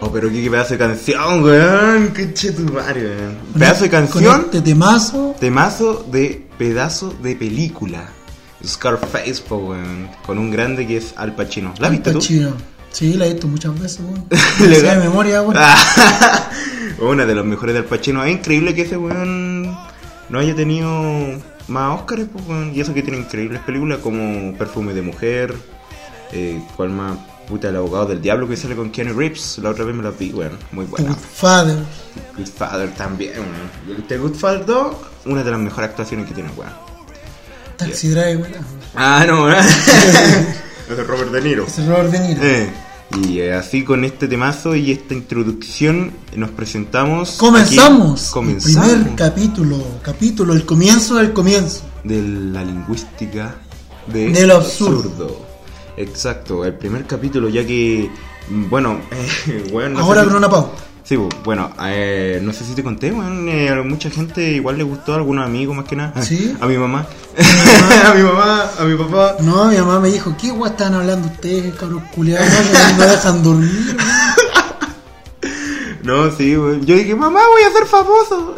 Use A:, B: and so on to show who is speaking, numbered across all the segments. A: Oh, pero qué, qué pedazo de canción, weón. Qué chetumare, weón. Pedazo de
B: Con
A: canción.
B: este temazo.
A: Temazo de pedazo de película. Scarface, po, weón. Con un grande que es Al Pacino. ¿La viste tú?
B: Pacino. Sí, la he visto muchas veces, weón.
A: Le
B: Le
A: da-
B: de memoria, weón.
A: Ah, Una de los mejores del Pachino. Es increíble que ese weón no haya tenido más Óscares, pues, weón. Y eso que tiene increíbles películas como Perfume de Mujer, eh, cual más puta, El Abogado del Diablo que sale con Keanu Reeves. La otra vez me la vi, weón. Muy buena.
B: Father.
A: Goodfather también, weón. Y el de Goodfather 2, una de las mejores actuaciones que tiene, weón.
B: Taxi Driver. weón.
A: Ah, no, weón. Ese es Robert De Niro.
B: Es error de Niro.
A: Eh, y eh, así con este temazo y esta introducción nos presentamos. aquí.
B: Comenzamos.
A: comenzamos
B: El primer capítulo. Capítulo, el comienzo del comienzo.
A: de la lingüística de
B: Del absurdo.
A: Exacto, el primer capítulo ya que mm, bueno, eh, bueno no sé
B: Ahora
A: si-
B: con una pauta.
A: Sí, bu- bueno, eh, no sé si te conté, weón, eh, a mucha gente igual le gustó, a algunos amigos más que nada.
B: Sí.
A: A mi mamá. a mi mamá, a mi papá.
B: No, mi mamá me dijo, ¿qué guay están hablando ustedes, cabros culiados? No, no dejan dormir. weón".
A: No, sí, weón. Yo dije, mamá, voy a ser famoso.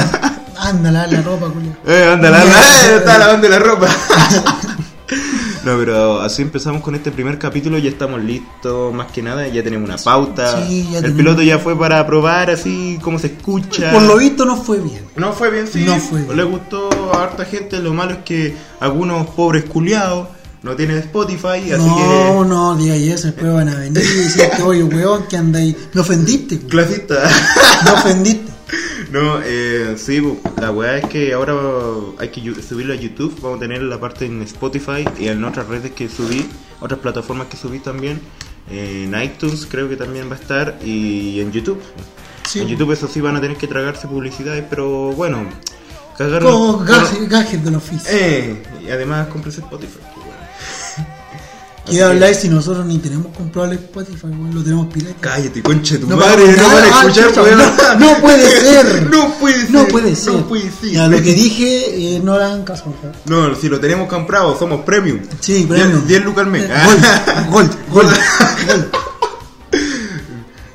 B: Ándala, la ropa, culiado.
A: Eh, anda, la, la- eh, está lavando la ropa. No, pero así empezamos con este primer capítulo, ya estamos listos, más que nada, ya tenemos una pauta.
B: Sí, ya
A: el
B: tenemos-
A: piloto ya fue para probar así cómo se escucha.
B: Por lo visto no fue bien.
A: No fue bien, sí.
B: No fue bien.
A: Le gustó a harta gente, lo malo es que algunos pobres culiados no tienen Spotify, así
B: No, no, diga eso, después van a venir y decir que, oye, weón, que andáis. Me ofendiste,
A: que
B: weón.
A: clasista.
B: me ofendiste.
A: No, eh, sí, bu- la weá es que ahora hay que yu- subirlo a YouTube, vamos a tener la parte en Spotify y en otras redes que subí, otras plataformas que subí también, eh, en iTunes creo que también va a estar y en YouTube.
B: Sí.
A: En YouTube eso sí van a tener que tragarse publicidades, pero bueno, cagaron...
B: Como gajes, gajes del oficio.
A: Eh, y además compres Spotify. pues, qué weá.
B: ¿Qué habláis si nosotros ni tenemos comprado el Spotify, weón? Lo tenemos pirata.
A: Cállate, conche tu
B: No
A: madre, no
B: pagamos nada.
A: van a
B: Ah,
A: escuchar,
B: chucha,
A: weón.
B: no- no puede ser.
A: No puede ser.
B: No puede ser.
A: No puede ser.
B: Ya, lo que dije, eh, no le hagan caso, por favor.
A: No, si lo tenemos comprado, somos premium.
B: Sí,
A: Diez-
B: premium. Eh,
A: 10 lucas al mes.
B: Gold, gold, gold, gold.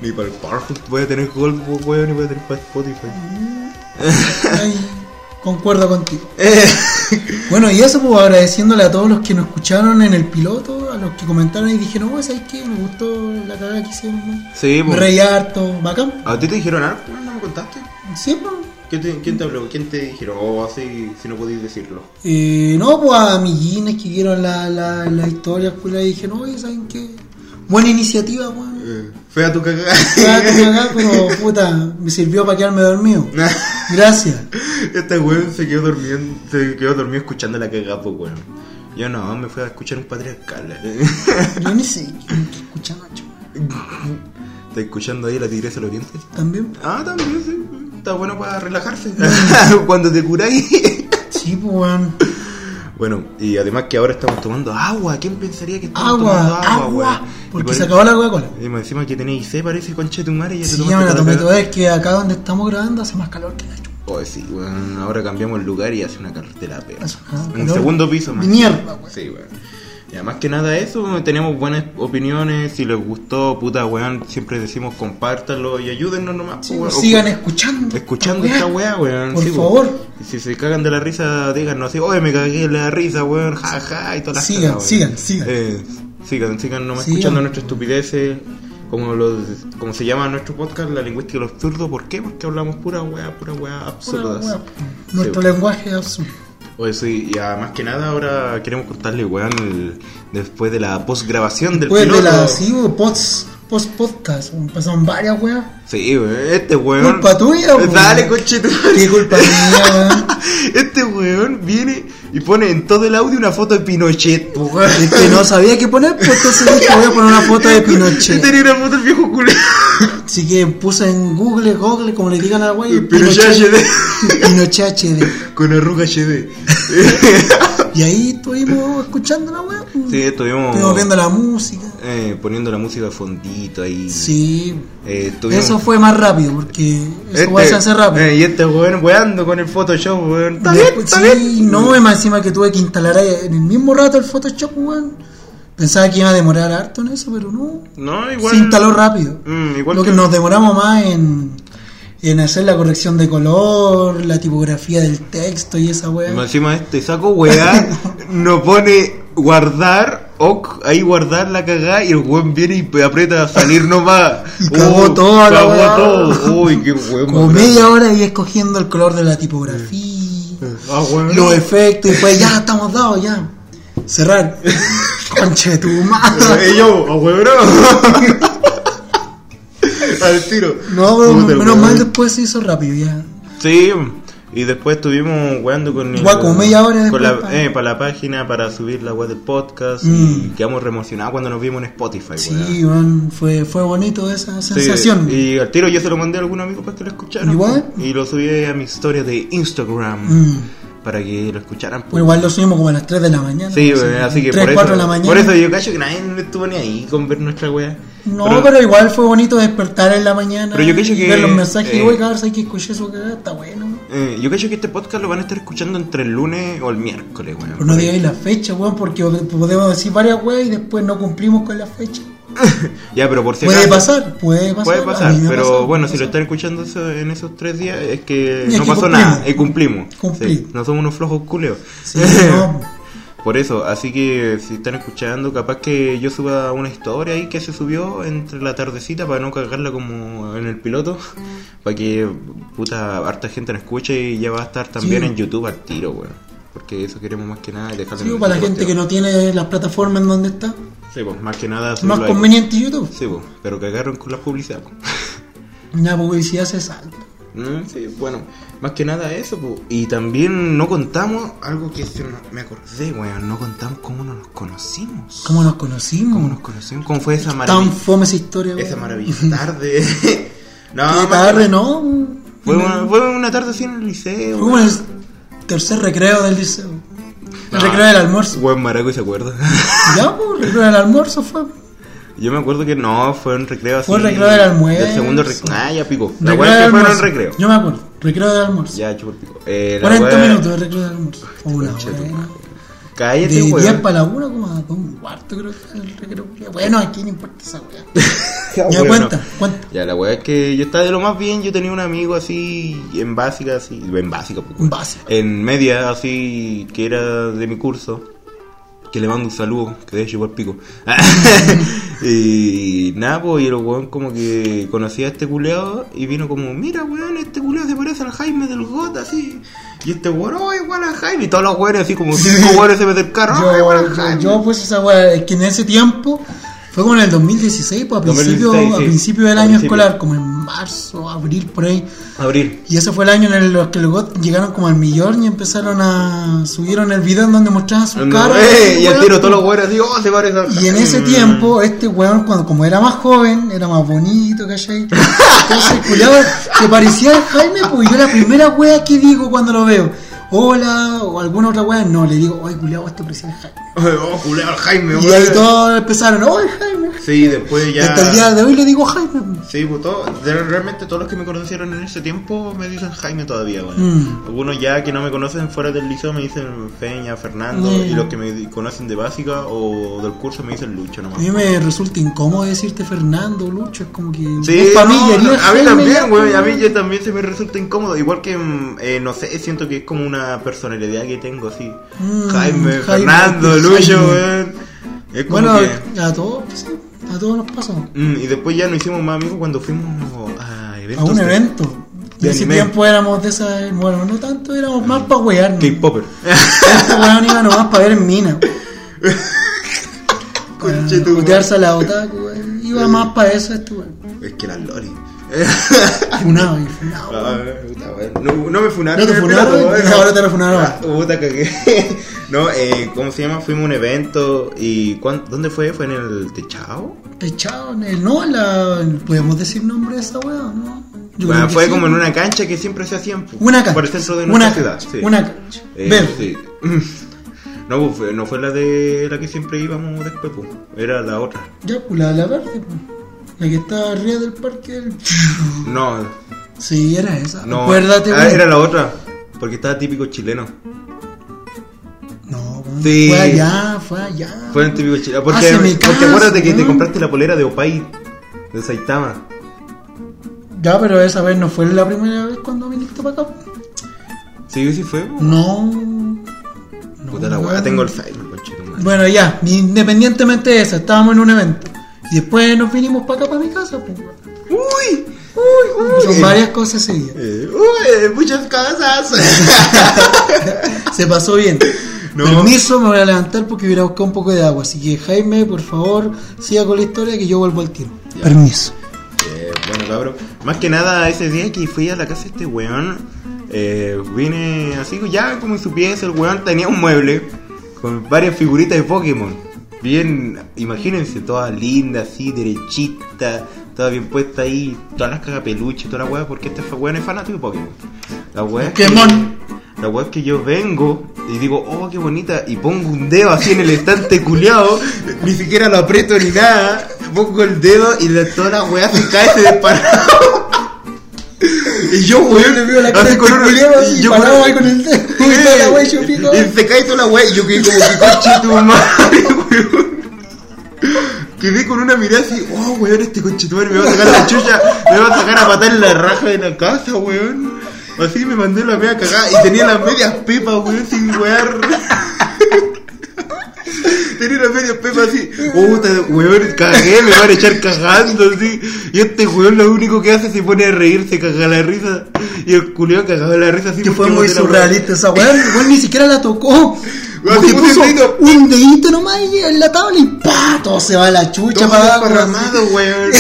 A: Ni para el Perfect voy a tener Gold, po, weón, ni voy a tener para Spotify.
B: Ay, concuerdo contigo.
A: Eh,
B: Bueno, y eso pues agradeciéndole a todos los que nos escucharon en el piloto, a los que comentaron y dijeron, oye, ¿sabes qué? Me gustó la cagada que hicimos. weón.
A: sí, pues.
B: Me
A: po.
B: reí harto, bacán.
A: ¿A ti te dijeron algo? weón? ¿No me contaste?
B: Sí, pues.
A: ¿Qué te- ¿Quién te habló? ¿Quién te dijeron? O así, si no podéis decirlo.
B: Eh, no, pues a amiguines que vieron la, la, la historia, pues le dije, no, oye, ¿saben qué? Buena iniciativa, weón.
A: Eh, fea tu cagada.
B: Estaba como acá, pero puta, me sirvió para quedarme dormido. Gracias.
A: este weón se quedó dormido, se quedó dormido escuchando la cagada, po, weón. Yo no, me fui a escuchar un patriarcal. eh.
B: Yo ni sé qué escuchar, macho.
A: ¿Estás escuchando ahí la tigresa de los dientes?
B: También,
A: Ah, también, sí. Está bueno para relajarse. Cuando te curáis.
B: sí, pues, weón.
A: Bueno, y además que ahora estamos tomando agua. ¿Quién pensaría que estamos tomando
B: Agua,
A: agua,
B: agua.
A: weón? Y
B: Porque
A: por-
B: se acabó la Coca-Cola.
A: Y me encima que tenéis C, parece concha de tu madre. y Ya te
B: Sí,
A: tomaste
B: ya me la
A: toda
B: tomé
A: caga-
B: toda, es que acá donde estamos grabando hace más calor que la chupa.
A: Oh, sí, weón. Ahora cambiamos el lugar y hace una carretera peor.
B: Hace una
A: Un
B: calor
A: segundo piso Oh, más.
B: de mierda, weón.
A: Pues Sí, weón. Y además que nada eso, tenemos buenas opiniones, si les gustó, puta weón, siempre decimos compártanlo y ayúdennos nomás.
B: Sí,
A: po,
B: pues,
A: weón. oh,
B: sigan escuchando.
A: Escuchando esta weá, weón.
B: Por
A: sí, po.
B: favor.
A: Y si se cagan de la risa, díganos así, oye, me cagué de la risa, weón, jaja, y todas las
B: Sigan,
A: cosas,
B: sigan,
A: weón.
B: sigan.
A: Eh, sigan, sigan nomás
B: Sigan.
A: escuchando nuestras estupideces, como, los, como se llama nuestro podcast, La Lingüística de lo Absurdo. ¿Por qué? Porque hablamos pura weá, pura weá
B: Pura
A: absurdas.
B: weá. Nuestro
A: Sí.
B: lenguaje es absurdo.
A: Oye, sí, y además que nada, ahora queremos contarle, weón, el- después de la postgrabación del
B: Después de
A: piloto.
B: la sí, weón, post, post podcast, weón, pasaron varias weas.
A: Sí, weón, este weón.
B: Culpa tuya, weón.
A: Dale, coche
B: Qué culpa mía, weón.
A: Este weón viene y pone en todo el audio una foto de Pinochet, po, weón.
B: Es que no sabía qué poner, pues entonces dije voy a poner una foto de
A: Yo
B: Pinochet.
A: tenía una foto del viejo culero.
B: Así que puse en Google, Google, como le digan a la wey,
A: Pinochet
B: Pinochet HD.
A: Con arruga HD.
B: Y ahí estuvimos escuchando la weá. pues.
A: Sí, estuvimos
B: Estuvimos viendo la música.
A: eh, poniendo la música de fondito ahí.
B: Sí.
A: Eh, estuvimos-
B: Eso fue más rápido, porque
A: Este-
B: eso weá se hace rápido.
A: eh, y este weón weando con el Photoshop, weón. Está bien,
B: Después-
A: está
B: pues sí,
A: bien.
B: no, es más encima que tuve que instalar ahí en el mismo rato el Photoshop, weón. Pensaba que iba a demorar harto en eso, pero no.
A: No, igual.
B: Se instaló rápido.
A: Mm, igual
B: Lo que nos demoramos más en, en hacer la corrección de color, la tipografía del texto y esa weá.
A: Más Encima este saco weá nos pone guardar, ok, ahí guardar la cagada y el weón viene y aprieta a salir nomás.
B: Y cagó
A: Uy,
B: toda la
A: cagó
B: weá.
A: todo. Uy, qué weón.
B: Como
A: más
B: media hora y escogiendo el color de la tipografía,
A: grande. Ah, weón.
B: los efectos, y pues ya estamos dados, ya. Cerrar. Conche de tu madre.
A: Ey, yo, ah, a huevo. Al tiro.
B: No, pero
A: Puta,
B: menos
A: weón.
B: mal después se hizo rápido ya.
A: Sí, y después estuvimos jugando con
B: Igual, como media hora
A: con
B: después,
A: la,
B: pa.
A: eh, para la página para subir la web del podcast.
B: Mm.
A: Y quedamos re emocionados cuando nos vimos en Spotify,
B: Sí, weón, fue, fue bonito esa
A: Sí,
B: sensación.
A: y al tiro yo se lo mandé a algún amigo para que lo escucharan.
B: Igual.
A: Y lo subí a mi historia de Instagram
B: Mm.
A: para que lo escucharan. pues.
B: Pero igual lo subimos como a las 3 de la mañana.
A: Sí,
B: no sé,
A: weón, así que
B: 3,
A: por
B: 4
A: eso,
B: de la mañana.
A: por eso yo cacho que nadie estuvo ni ahí con ver nuestra wea.
B: No, pero, igual fue bonito despertar en la mañana.
A: Pero yo cacho
B: y
A: que,
B: Ver los mensajes y,
A: eh,
B: güey, cabrón, ¿sabes que escuché eso cagada? Está bueno.
A: Eh, yo cacho que este podcast lo van a estar escuchando entre el lunes o el miércoles, weón.
B: Pero no digáis la fecha, weón, porque podemos decir varias weas y después no cumplimos con la fecha.
A: Ya, pero por si
B: puede
A: acaso-
B: pasar, puede pasar.
A: Puede
B: a
A: pasar,
B: mí me ha
A: pero
B: pasado,
A: bueno,
B: me ha
A: si lo están
B: pasado.
A: escuchando eso- en esos tres días, es que
B: Es
A: no
B: que
A: pasó
B: cumplimos.
A: nada, y cumplimos.
B: Cumplimos.
A: Sí, no somos unos flojos culeos.
B: Sí, no.
A: Por eso, así que si están escuchando, capaz que yo suba una historia ahí que se subió entre la tardecita para no cagarla como en el piloto, para que puta harta gente la escuche y ya va a estar también
B: Sí.
A: en YouTube al tiro, weón. Porque eso queremos más que nada dejarlo
B: Sí,
A: en el
B: para la
A: YouTube,
B: gente que no tiene las plataformas en donde está,
A: Sí, pues, más que nada.
B: más
A: subirlo ahí, pues.
B: conveniente YouTube.
A: Sí, pues, pero cagaron con la publicidad. pues.
B: La publicidad se salta.
A: Mm, sí, bueno, más que nada eso, po. Y también no contamos algo que se nos- me acordé, weón. No contamos cómo nos conocimos.
B: ¿Cómo nos conocimos?
A: ¿Cómo nos conocimos? ¿Cómo fue esa
B: Tan
A: maravilla?
B: fome esa historia,
A: Esa
B: weón.
A: maravillosa tarde. no,
B: Qué
A: más que nada.
B: tarde, ¿no?
A: Fue una, fue una tarde así en el liceo.
B: Fue como
A: weón.
B: el tercer recreo del liceo. El
A: No.
B: recreo del almuerzo.
A: Weón, Maraco, ¿se acuerda?
B: Ya, pues, el recreo del almuerzo fue.
A: Yo me acuerdo que no, fue un recreo así.
B: Fue el recreo del almuerzo.
A: El segundo recreo. Ah, ya pico. La
B: Recreo
A: weá es
B: del
A: que fueron
B: almuerzo.
A: al recreo.
B: Yo me acuerdo, recreo del almuerzo.
A: Ya, chupo el pico. Eh, la
B: 40
A: weá-
B: minutos de recreo del almuerzo. O una
A: Concha
B: hora.
A: tu madre.
B: era. De
A: Cállate,
B: 10
A: weón.
B: para la 1 como a un cuarto creo que era el recreo. Bueno, aquí no importa esa weá.
A: Ya,
B: ya
A: weón,
B: cuenta,
A: no.
B: cuenta.
A: Ya, la weá es que yo estaba de lo más bien, yo tenía un amigo así, en básica, así, en básica, pues,
B: Un básico.
A: en media, así, que era de mi curso, que le mando un saludo, que de hecho igual pico. y nada, pues, y el weón como que conocía a este culeado y vino como, mira, weón, este culeado se parece al Jaime del GOT, así. Y este weón, oh, igual a Jaime, y todos los weones así como cinco weones se me acercaron, oh, igual al
B: Yo, yo,
A: Jaime.
B: yo, pues esa weá, es que en ese tiempo fue como en el 2016, pues a principio,
A: 2016,
B: a
A: sí.
B: principio del
A: A
B: año
A: principio.
B: escolar, como en marzo, abril, por ahí.
A: Abril.
B: Y ese fue el año en el los que los GOT llegaron como al millón y empezaron a. subieron el video en donde mostraban sus caras.
A: Eh, y al
B: weón.
A: tiro todos los weones así, oh, se parece al
B: Y en ese
A: Jaime.
B: tiempo, este weón, cuando, como era más joven, era más bonito, ¿cachai? Entonces, culiado, se parecía al Jaime, pues yo la primera wea que digo cuando lo veo, hola, o alguna otra wea, no, le digo, ay, culiado, esto parecía al Jaime.
A: Oh, culiao, Jaime,
B: Y ahí todos empezaron, ¡ay, Jaime!
A: Sí, después ya.
B: Hasta el día de hoy le digo Jaime.
A: Sí, pues, todo- de- realmente todos los que me conocieron en ese tiempo me dicen Jaime todavía, güey.
B: Mm.
A: Algunos ya que no me conocen fuera del liceo me dicen Peña, Fernando,
B: Mm.
A: y los que me di- conocen de básica o del curso me dicen Lucho nomás.
B: A mí me resulta incómodo decirte Fernando, Lucho, es como que...
A: Sí,
B: vos pa' mí
A: no, a
B: ya eres
A: mí
B: Jaime, ya,
A: también, güey, a mí
B: pues.
A: ya también se me resulta incómodo, igual que, mm, eh, no sé, siento que es como una personalidad que tengo, así.
B: Mm,
A: Jaime,
B: Jaime,
A: Fernando,
B: Jaime.
A: Lucho, güey. Es como
B: Bueno,
A: que...
B: a todos, pues, sí, a todos nos pasa.
A: Mm, y después ya nos hicimos más amigos cuando fuimos a
B: a
A: eventos.
B: un
A: de
B: evento. Y
A: de
B: ese
A: anime.
B: tiempo éramos de esas, bueno, no tanto, éramos más para wear. ¿no?
A: K-Popper.
B: Este weón iba nomás para ver en mina.
A: Conche tu
B: Para Putearse a la otaku, weón. Iba más para eso este weón.
A: Es que las Loli.
B: Funado, y funado.
A: Ah, puta, weón. No, no me funaron.
B: ¿No te
A: en el
B: funaron?
A: piloto, weón.
B: Ahora te lo funaron.
A: Ah, puta, cagué. No, eh, ¿cómo se llama? Fuimos a un evento y ¿cuán- ¿dónde fue? ¿Fue en el techado?
B: Pechado, en el- no, la, podemos decir nombre de esa weón, ¿no?
A: Bueno,
B: Yo creo que
A: Ah, fue
B: sí.
A: como en una cancha que siempre se hacían. pues,
B: Una cancha.
A: Por el centro de nuestra
B: una
A: ciudad.
B: cancha,
A: sí.
B: Una cancha.
A: Eh,
B: Verde.
A: sí. No, pues, fue- no fue la de la que siempre íbamos después, pues. Era la otra.
B: Ya, pues la, la verde, pues. La que está arriba del parque. el-
A: No,
B: Sí, era esa.
A: no.
B: Ah, Acuérdate,
A: Ah,
B: weón.
A: era la otra. Porque estaba típico chileno.
B: No, weón.
A: Sí.
B: Fue allá, fue allá.
A: Fue un típico chileno. Porque,
B: Hazme
A: porque
B: caso,
A: acuérdate que te
B: weón.
A: compraste la polera de Opay de Saitama.
B: Ya, pero esa vez no fue la primera vez cuando viniste para acá.
A: Sí, sí fue. po.
B: No. No,
A: Puta la weá,
B: weón.
A: tengo Alzheimer, conchetumadre.
B: Bueno, ya, independientemente de eso, estábamos en un evento. Y después nos vinimos para acá, para mi casa. Pues.
A: Uy,
B: Son
A: Eh.
B: varias cosas ese día.
A: eh, uy, muchas cosas.
B: Se pasó bien.
A: No.
B: Permiso, me voy a levantar porque voy a ir a buscar un poco de agua. Así que Jaime, por favor, siga con la historia que yo vuelvo al tiro.
A: Ya.
B: Permiso.
A: Eh, bueno, cabrón. Más que nada, ese día que fui a la casa de este weón, eh, vine así, ya como en su pieza, el weón tenía un mueble con varias figuritas de Pokémon. Bien, imagínense, todas lindas, así, derechitas, todas bien puestas ahí, todas las cagapeluches, toda la weá, porque este fa- weón es fanático de Pokémon. La weá es que-
B: Pokémon.
A: la weá es que yo vengo y digo, oh, qué bonita, y pongo un dedo así en el estante culiado, ni siquiera lo aprieto ni nada, pongo el dedo y la, toda la weá se cae, se dispara. y yo, weón,
B: le veo la cara
A: así
B: de
A: con una-
B: culiao y
A: yo
B: parado
A: con-
B: ahí con el dedo.
A: Sí,
B: Y toda la weá y yo pico.
A: y se cae toda la weá, y yo quedé como que conche tu madre, weón. Quedé con una mirada así, oh weón, este conche tu madre me va a sacar la chucha, me va a sacar a patar en la raja de la casa, weón. Así me mandé la media cagada y tenía las medias pepas, weón, sin wear. Tenía las medias pepas así, oh, puta, weón, cagué, me van a echar cagando, así. Y este weón lo único que hace es se pone a reírse, caga la risa. Y el culeo cagaba la risa así.
B: Que fue
A: porque
B: muy
A: boté la weá.
B: surrealista esa weá, el weón ni siquiera la tocó.
A: Weón,
B: Porque
A: sí, puso
B: puso
A: el dedo.
B: un dedito nomás y en la tabla y pa, todo se va a la chucha.
A: Todo
B: pa' abajo,
A: desparramado, weón.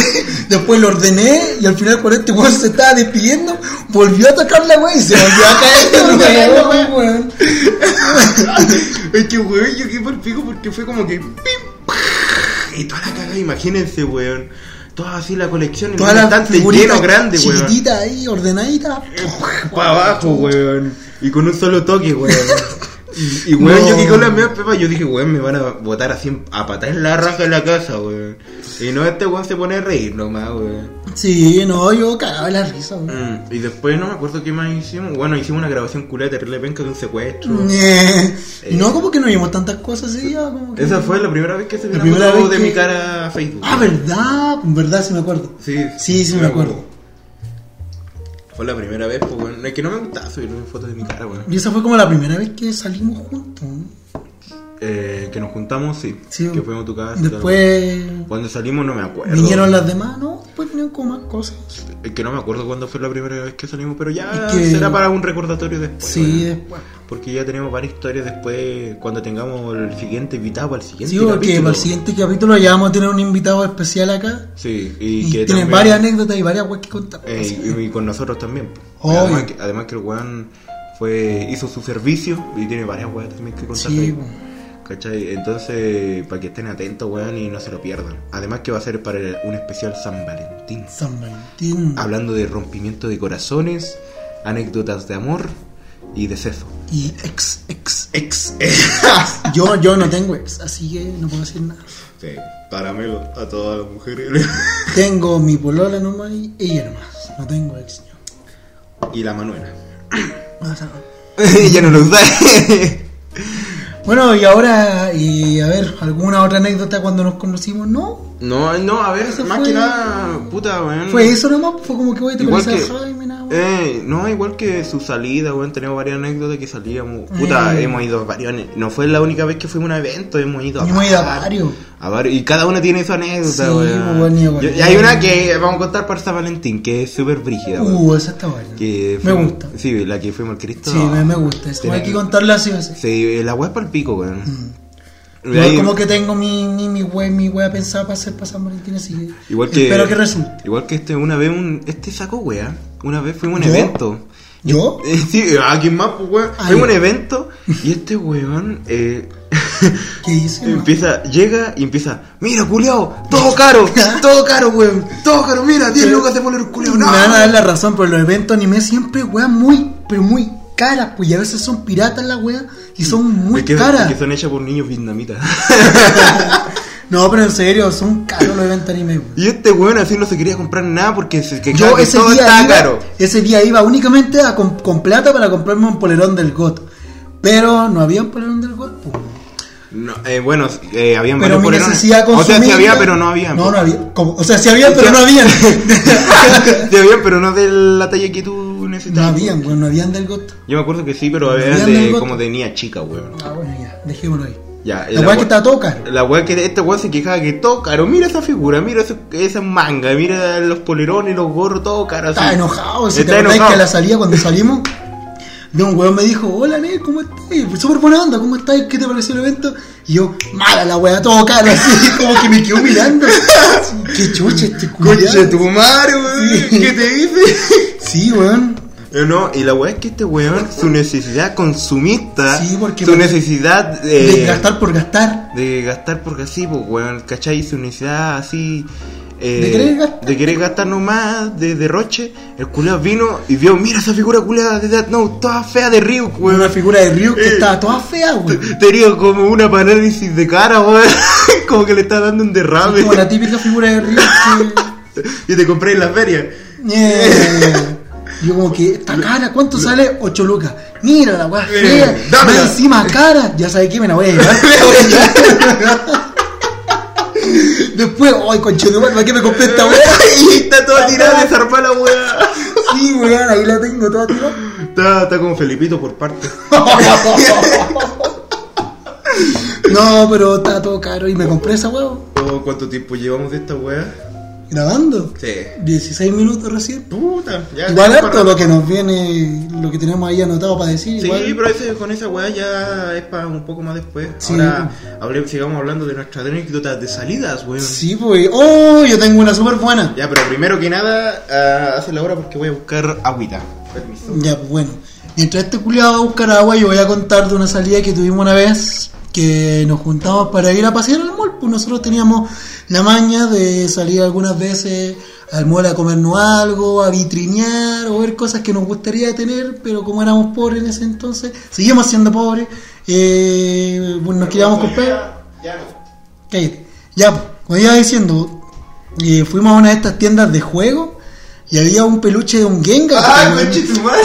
B: Después lo ordené y al final cuando este weón se estaba despidiendo, volvió a tocar la weá y se volvió a caer.
A: Volvió a caer la
B: weón, weón.
A: Es que, weón, yo quedé por el pico porque fue como que. pim, pa, Y toda la cagada, imagínense, weón. Toda así la colección. en
B: Todas
A: un
B: las
A: estante
B: figuritas
A: lleno grande, weón.
B: chiquititas ahí, ordenaditas.
A: Para abajo, weón. Y con un solo toque, weón. Y, y, weón,
B: No.
A: yo quedé con las medias pepas. Yo dije, weón, me van a botar así a patar en la raja de la casa, weón. Y no, este weón se pone a reír nomás, weón.
B: Sí, no, yo cagaba la risa. weón.
A: Mm, Y después no me acuerdo qué más hicimos. Bueno, hicimos una grabación culeta de terrible penca de un secuestro.
B: Eh, No, como que no vimos tantas cosas ese día. como que-
A: Esa fue la primera vez que se
B: La
A: vio
B: primera
A: de
B: vez que-
A: mi cara a Facebook.
B: Ah, verdad, verdad, sí me acuerdo.
A: Sí,
B: Sí, sí me acuerdo.
A: Fue la primera vez, pues, weón. Es que no me gustaba subir fotos de mi cara, weón.
B: Y esa fue como la primera vez que salimos juntos. ¿no?
A: Eh, que nos juntamos, sí.
B: Sí,
A: que fuimos a tu casa.
B: Después
A: tal. Cuando salimos no me acuerdo.
B: vinieron las demás, ¿no? Después vinieron como más cosas.
A: Es que no me acuerdo cuándo fue la primera vez que salimos, pero ya
B: Es que-
A: será para un recordatorio después.
B: Sí,
A: weón.
B: después.
A: Porque ya tenemos varias historias después, cuando tengamos el siguiente invitado para el siguiente
B: Sí, porque
A: capítulo.
B: para el siguiente capítulo ya vamos a tener un invitado especial acá.
A: Sí,
B: Y,
A: y, que
B: tienen
A: también-
B: varias anécdotas y varias weas que contar.
A: Eh,
B: Así
A: y, y con nosotros también. pues.
B: Obvio.
A: Además que, además que el weón fue, hizo su servicio y tiene varias weas también que
B: que-
A: contar.
B: Sí,
A: ahí,
B: po.
A: ¿Cachai? Entonces, para que estén atentos, weón, y no se lo pierdan. Además que va a ser para el- un especial San Valentín.
B: San Valentín.
A: Hablando de rompimiento de corazones, anécdotas de amor y de sexo.
B: Y ex, ex.
A: Ex.
B: Yo, yo no tengo ex, así que no puedo decir nada.
A: Sí, paramelo a todas las mujeres.
B: Tengo mi polola nomás y ella nomás. No tengo ex. yo.
A: y la Manuela.
B: O sea, no.
A: ya no lo usa.
B: Bueno, y ahora, y a ver, ¿alguna otra anécdota cuando nos conocimos? No,
A: no, no, a ver,
B: Eso
A: más
B: fue-
A: que nada, puta, weón.
B: fue eso nomás, fue como que voy a te
A: Mm. Igual
B: parecer
A: que-
B: a Jaime, nada más.
A: Eh, no, igual que su salida, weón, tenemos varias anécdotas que salíamos. Puta,
B: Eh.
A: hemos ido a varios. ane- No fue la única vez que fuimos a un evento, hemos ido a,
B: Hemos ido a
A: varios.
B: varios.
A: A varios, Y cada uno tiene su anécdota,
B: Sí, pues,
A: weón.
B: weón, igual.
A: Yo- y hay una que vamos a contar para San Valentín, que es súper brígida, weón.
B: Uh, esa está buena.
A: eh, que
B: me
A: fuimos-
B: gusta.
A: Sí, la que fuimos al Cristo.
B: Sí, me, me gusta. Eso.
A: Tiene
B: Hay que
A: que-
B: contarla así, así.
A: Sí, la weá es para el pico, weón. Y
B: Mm. Igual
A: Mm. ahí-
B: como que tengo mi, mi, mi wea, mi wea pensada para hacer para San Valentín, así que
A: Igual que,
B: espero que resulte.
A: Igual que este, una vez un. Este sacó weá. Una vez fuimos a un
B: ¿Yo?
A: evento.
B: ¿Yo?
A: Eh, Sí, ¿a quién más, pues, weón?
B: Ah,
A: Fuimos a un
B: ya.
A: evento y este weón eh,
B: ¿Qué hice? no?
A: empieza, llega y empieza, mira, culiao, todo caro, todo caro, weón, todo caro, mira, 10
B: Pero-
A: lucas de poner un culiao,
B: Me
A: no.
B: van a dar la razón, pero los eventos anime siempre weas muy, pero muy caras, pues y a veces son piratas las weas y son muy
A: Es que,
B: caras.
A: es que son hechas por niños vietnamitas.
B: No, pero en serio, son caros los eventos anime. güey.
A: y este weón así no se quería comprar nada porque se que
B: Yo
A: que
B: ese
A: todo
B: día,
A: estaba
B: iba,
A: caro.
B: ese día iba únicamente a com- con plata para comprarme un polerón del GOT. Pero no había un polerón del GOT. pues, güey.
A: No, eh, bueno, eh, habían
B: Pero
A: varios
B: mi
A: polerones.
B: necesidad
A: O sea, sí
B: consumista-
A: había, pero no había.
B: No, no había. Como- O sea, sí había, pero no habían.
A: sí había, pero no de la talla que tú
B: no
A: necesitabas.
B: habían, bueno, no habían del GOT.
A: Yo me acuerdo que sí, pero
B: No
A: era
B: había
A: de,
B: algo-
A: como de niña chica, weón.
B: Ah, bueno, ya, dejémoslo ahí.
A: Ya,
B: La weá que
A: we-
B: está todo caro.
A: La weá que este weón se quejaba que todo caro. Mira esa figura, mira eso- esa manga, mira los polerones, los gorros, todo caro. así.
B: Está enojado. Si
A: Está
B: te acordás
A: enojado.
B: que a la salida cuando salimos, de un weón me dijo, hola Nel, ¿cómo estás? Súper buena onda, ¿cómo estás? ¿Qué te pareció el evento? Y yo, mala la weá, todo caro, así como que me quedó mirando. Qué chucha este
A: Conche
B: culiado.
A: tu madre, weón.
B: Sí.
A: ¿Qué te dice?
B: Sí, weón.
A: Eh, No, y la weá es que este weón, su necesidad consumista,
B: Sí, porque-
A: su necesidad eh,
B: De gastar por gastar.
A: de gastar porque así, pues, weón, ¿cachai? Su necesidad así. eh,
B: De querer gastar.
A: de querer gastar nomás, de derroche. El culiao vino y vio, mira esa figura culiada de Death Note, toda fea de Ryuk,
B: Una
A: weón.
B: figura de Ryu que
A: Eh.
B: estaba toda fea, weón.
A: Tenía como una parálisis de cara, weón. como que le está dando un derrame.
B: Como la típica figura de Ryu que.
A: Y te compré en la feria.
B: Yeah. Yo como que, esta cara, ¿cuánto sale? 8 lucas. Mira la weá
A: Mira,
B: fea.
A: dámela.
B: Más encima cara. Ya sabes que me la voy a llevar. Eh, me la voy a llevar. Después, ay, conche de ¿para qué me compré esta weá?
A: y está toda tirada, desarmada la weá.
B: Sí, weón, ahí la tengo toda tirada.
A: Está, está como Felipito por parte.
B: No, pero está todo caro y me compré esa huevo.
A: Oh, ¿Cuánto tiempo llevamos de esta weá?
B: Grabando.
A: Sí.
B: 16 minutos recién.
A: Puta, ya.
B: Igual
A: tenemos
B: harto lo que nos viene, lo que tenemos ahí anotado para decir.
A: Sí,
B: igual.
A: pero ese- con esa weá ya es para un poco más después.
B: Sí.
A: Ahora hablemos, sigamos hablando de nuestras anécdotas de salidas, weón.
B: Sí, pues. ¡Oh! Yo tengo una súper buena.
A: Ya, pero primero que nada, ah, hace la hora porque voy a buscar agüita. Permiso.
B: Ya, pues bueno. Mientras este culiado va a buscar agua, yo voy a contar de una salida que tuvimos una vez. Que nos juntamos para ir a pasear al mall. Pues nosotros teníamos la maña de salir algunas veces al mall a comernos algo, a vitrinear o ver cosas que nos gustaría tener. Pero como éramos pobres en ese entonces, seguimos siendo pobres. eh, bueno, nos queríamos comprar.
A: Ya no.
B: Cállate. Ya, pues, como iba diciendo, eh, fuimos a una de estas tiendas de juego y había un peluche de un Gengar.
A: ¡Ah,
B: pues,
A: conche tu madre!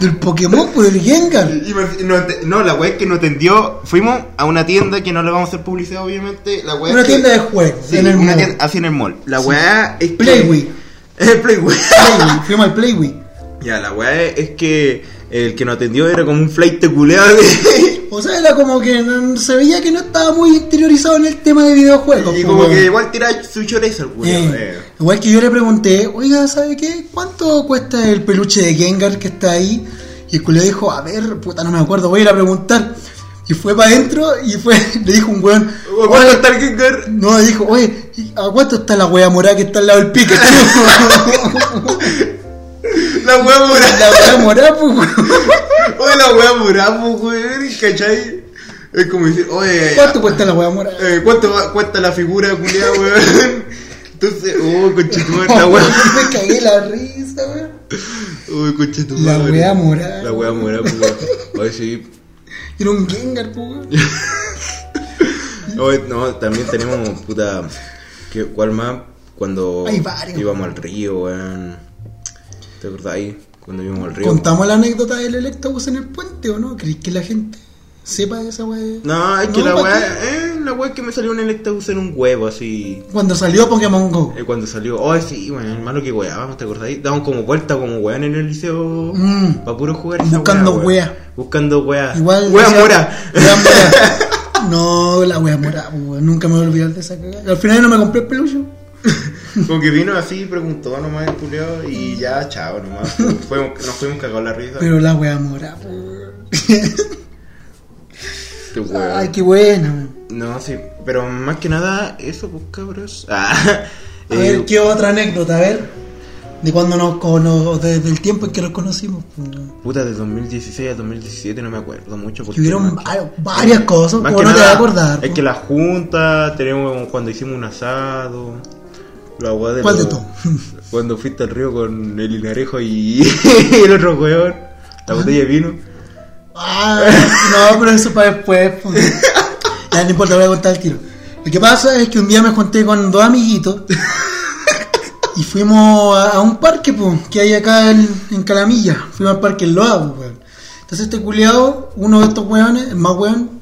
B: del Pokémon, pues del Gengar.
A: Y me- no, ent- no, la weá es que no atendió. Fuimos a una tienda que no le vamos a hacer publicidad, obviamente. La weá
B: Una
A: es que-
B: tienda de juegos.
A: Sí,
B: en el
A: una
B: mall.
A: tienda- así en el mall. La weá es que-
B: Playboy.
A: Es Playboy.
B: Playway, Fuimos al Playway.
A: Ya, la weá es que el que nos atendió era como un flight culeado.
B: O sea, era como que no- se veía que no estaba muy interiorizado en el tema de videojuegos.
A: Y
B: pues,
A: como
B: weón.
A: que igual tira su chorizo al culeado.
B: Eh, Igual que yo le pregunté, oiga, ¿sabe qué? ¿Cuánto cuesta el peluche de Gengar que está ahí? Y el culo dijo, a ver, puta, no me acuerdo, voy a ir a preguntar. Y fue para adentro y fue, le dijo un weón,
A: ¿Cuál está el Gengar?
B: no, dijo, oye, ¿y ¿a cuánto está la wea morada que está al lado del pico?
A: La weá murada.
B: la wea morada, pues, weón.
A: Oye, la weá murada, pues, weón. ¿Cachai? Es como decir, oye.
B: ¿cuánto cuesta la wea morada?
A: eh, ¿cuánto va- cuesta la figura culeada, weón? Entonces, oh, conchetumar, la weá.
B: me cagué la risa, weón.
A: Uy, conchetumar.
B: La weá morada.
A: La weá murada, pues, weón. Oye, sí.
B: Era un Gengar, pues, weón.
A: Oye, no, también tenemos, puta. que- ¿Cuál más? Cuando
B: Hay varios.
A: íbamos al río, weón. ¿Te acordás ahí? Cuando íbamos al río.
B: ¿Contamos la anécdota del Electabus en el puente o no? ¿Crees que la gente sepa de esa wea?
A: No, es que
B: No,
A: la
B: ¿pa'
A: weá, eh, la weá es que me salió un Electabuzz en un huevo así.
B: Cuando salió Pokémon Go.
A: Eh, cuando salió, oh sí, bueno, hermano que weábamos, ¿te acordáis? Daban como vuelta como weón en el liceo
B: Mm.
A: para puro jugar esa
B: Buscando
A: weá,
B: wea.
A: Buscando weá.
B: Igual.
A: Wea
B: o sea,
A: mora.
B: wea mora. No, la wea mora, weón. Nunca me voy a olvidar de esa cagada. Al final no me compré el peluche.
A: como que vino así, preguntó nomás el culiao y ya, chao nomás. Fuimos- nos fuimos cagados la risa.
B: Pero la wea mora, weón.
A: Qué weá.
B: Ay, qué buena, weón.
A: No, sí, pero más que nada eso, pues cabros. Ah,
B: A
A: eh,
B: ver, ¿qué otra anécdota? A ver. De cuando nos conocimos, desde el tiempo en que nos conocimos. pues, weón.
A: Puta, de 2016 a 2017 no me acuerdo mucho.
B: Que hubieron
A: más-
B: va- varias cosas,
A: Más
B: pues,
A: que
B: no te vas
A: nada,
B: a acordar.
A: Es
B: pues.
A: que la junta, tenemos cuando hicimos un asado. La weá de
B: ¿Cuál de
A: los-
B: todo?
A: Cuando fuiste al río con el linarejo y el otro weón. La botella de vino.
B: Ah, no, pero eso para después. pues. Ya no importa, voy a contar el tiro. Lo que pasa es que un día me junté con dos amiguitos y fuimos a, a un parque pues, que hay acá en, en Calamilla. Fuimos al parque El Loa, pues, weón. Entonces este culiado, uno de estos weones, el más weón,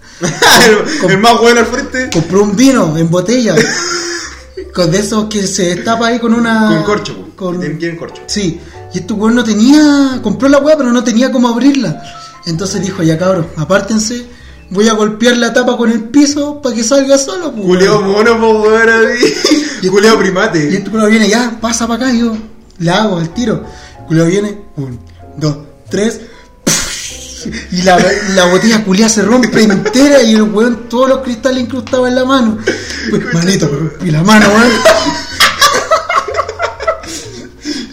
A: el, el más bueno al frente.
B: Compró un vino en botella. Con de esos que se destapa ahí con una.
A: Con corcho, pues, po.
B: Ah, con-
A: Tienen- tienen corcho.
B: Sí. Y este weón no tenía. Compró la weá, pero no tenía cómo abrirla. Entonces dijo, ya cabros, apártense. Voy a golpear la tapa con el piso para que salga solo, pues,
A: Julio
B: weón".
A: mono, po, weón, así.
B: Y-
A: Julio
B: Y
A: primate.
B: este culo viene, ya, pasa para acá, y yo le hago el tiro. El culo viene, un, dos, tres. Y la, la botella culiada se rompe entera y el weón todos los cristales incrustados en la mano. Pues, manito, y la mano, weón.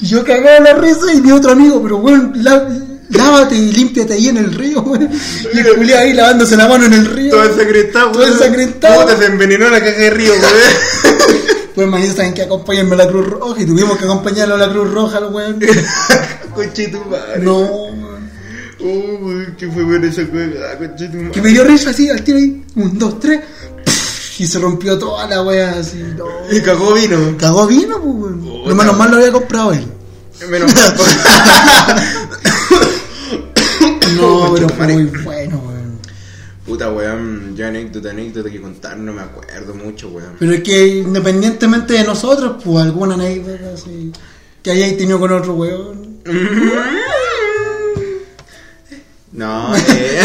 B: Y Yo cagaba la risa y mi otro amigo, pero weón, la- lávate y límpiate ahí en el río, weón. Y el culiado ahí lavándose la mano en el río.
A: Todo ensangrentado,
B: Todo ensangrentado.
A: Puta, se envenenó la caja de río, weón.
B: Pues manito, saben que acompañarme a la Cruz Roja y tuvimos que acompañarlo a la Cruz Roja, el weón.
A: Conchetumare.
B: No, weón.
A: Uy, que Oh, fue bueno esa Ah, cueva,
B: Que
A: conchetumare.
B: me dio risa así, al tiro ahí. Un, dos, tres. Y se rompió toda la wea así. No.
A: Y cagó vino.
B: Cagó vino, pues, weón.
A: Puta.
B: Pero menos mal lo había comprado él.
A: Menos mal.
B: No, pero fue
A: Conchetumare.
B: muy bueno, weón.
A: Puta, weón. Yo anécdota, anécdota que contar, no me acuerdo mucho, weón.
B: Pero es que independientemente de nosotros, pues alguna anécdota así. Que hayáis tenido con otro weón.
A: Mm. No, eh. eh,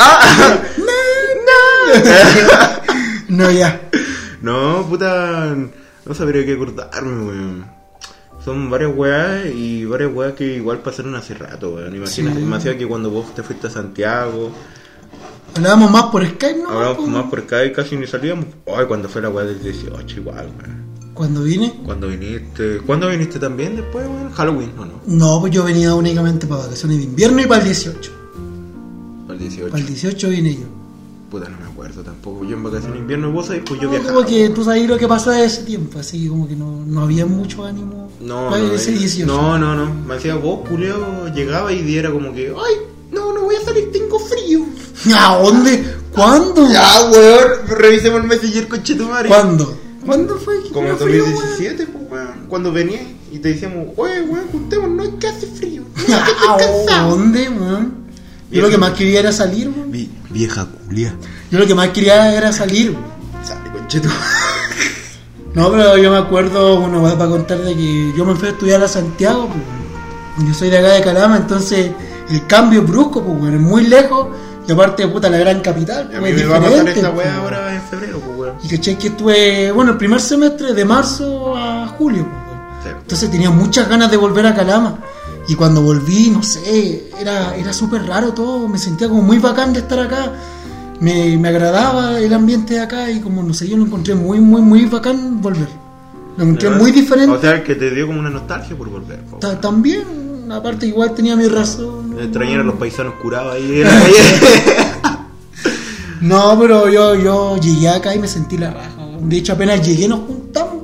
A: ah.
B: No, ya.
A: No, puta. No sabría qué acordarme, weón. Son varias weas y varias weas que igual pasaron hace rato, weón. Imagínate,
B: Sí.
A: demasiado que cuando vos te fuiste a Santiago,
B: Hablábamos más por Skype, ¿no?
A: hablábamos
B: Pues,
A: más por acá y casi ni salíamos. Ay, cuando fue la wea del 18, igual, weón.
B: Cuando vine.
A: Cuando viniste, ¿cuándo viniste también después, weón? Halloween, ¿o no?
B: No, pues yo venía únicamente para vacaciones de invierno y para el 18.
A: Para el 18.
B: Para el 18 vine yo.
A: Puta, no me acuerdo tampoco. Yo en vacaciones de invierno, vos sabés, pues yo
B: No,
A: viajaba.
B: como que tú sabes lo que pasó de ese tiempo, así que como que no, no había mucho ánimo
A: No,
B: para
A: no,
B: ese
A: eh,
B: 18.
A: no, no, no. Me decía vos, culeo, llegaba y diera como que, ay, no, no voy a salir, tengo frío.
B: ¿A dónde? ¿Cuándo?
A: Ya, weón, revisemos el Messenger con Chetumare.
B: ¿Cuándo? ¿Cuándo fue? que
A: Como en
B: tenía frío,
A: 2017, pues, weón. Cuando venía y te decíamos, oye, weón, juntemos, no hay que hace frío.
B: weón? ¿A dónde, weón? Yo lo que más quería era salir, weón.
A: vieja culia.
B: Yo lo que más quería era salir, weón.
A: Sale con Chetumare.
B: No, pero yo me acuerdo, bueno, voy a contar de que yo me fui a estudiar a Santiago, pues, weón. yo soy de acá de Calama, entonces el cambio es brusco, pues, weón, es muy lejos, y aparte, puta, la gran capital,
A: A
B: pues,
A: mí
B: es
A: me va a pasar
B: diferente,
A: esta
B: pues,
A: weá
B: weón.
A: ahora en febrero, pues, weón.
B: Y caché que estuve, bueno, el primer semestre de marzo a julio. pues, weón.
A: Sí.
B: Entonces tenía muchas ganas de volver a Calama. Y cuando volví, no sé, era, era súper raro todo. Me sentía como muy bacán de estar acá. Me, me agradaba el ambiente de acá y como, no sé, yo lo encontré muy, muy, muy bacán volver. Lo encontré muy diferente.
A: O sea, que te dio como una nostalgia por volver, po, weón.
B: Ta- También, aparte, igual tenía mi razón.
A: Extrañar a los paisanos curados ahí en la calle.
B: No, pero yo, yo llegué acá y me sentí la raja. weón. De hecho, apenas llegué nos juntamos.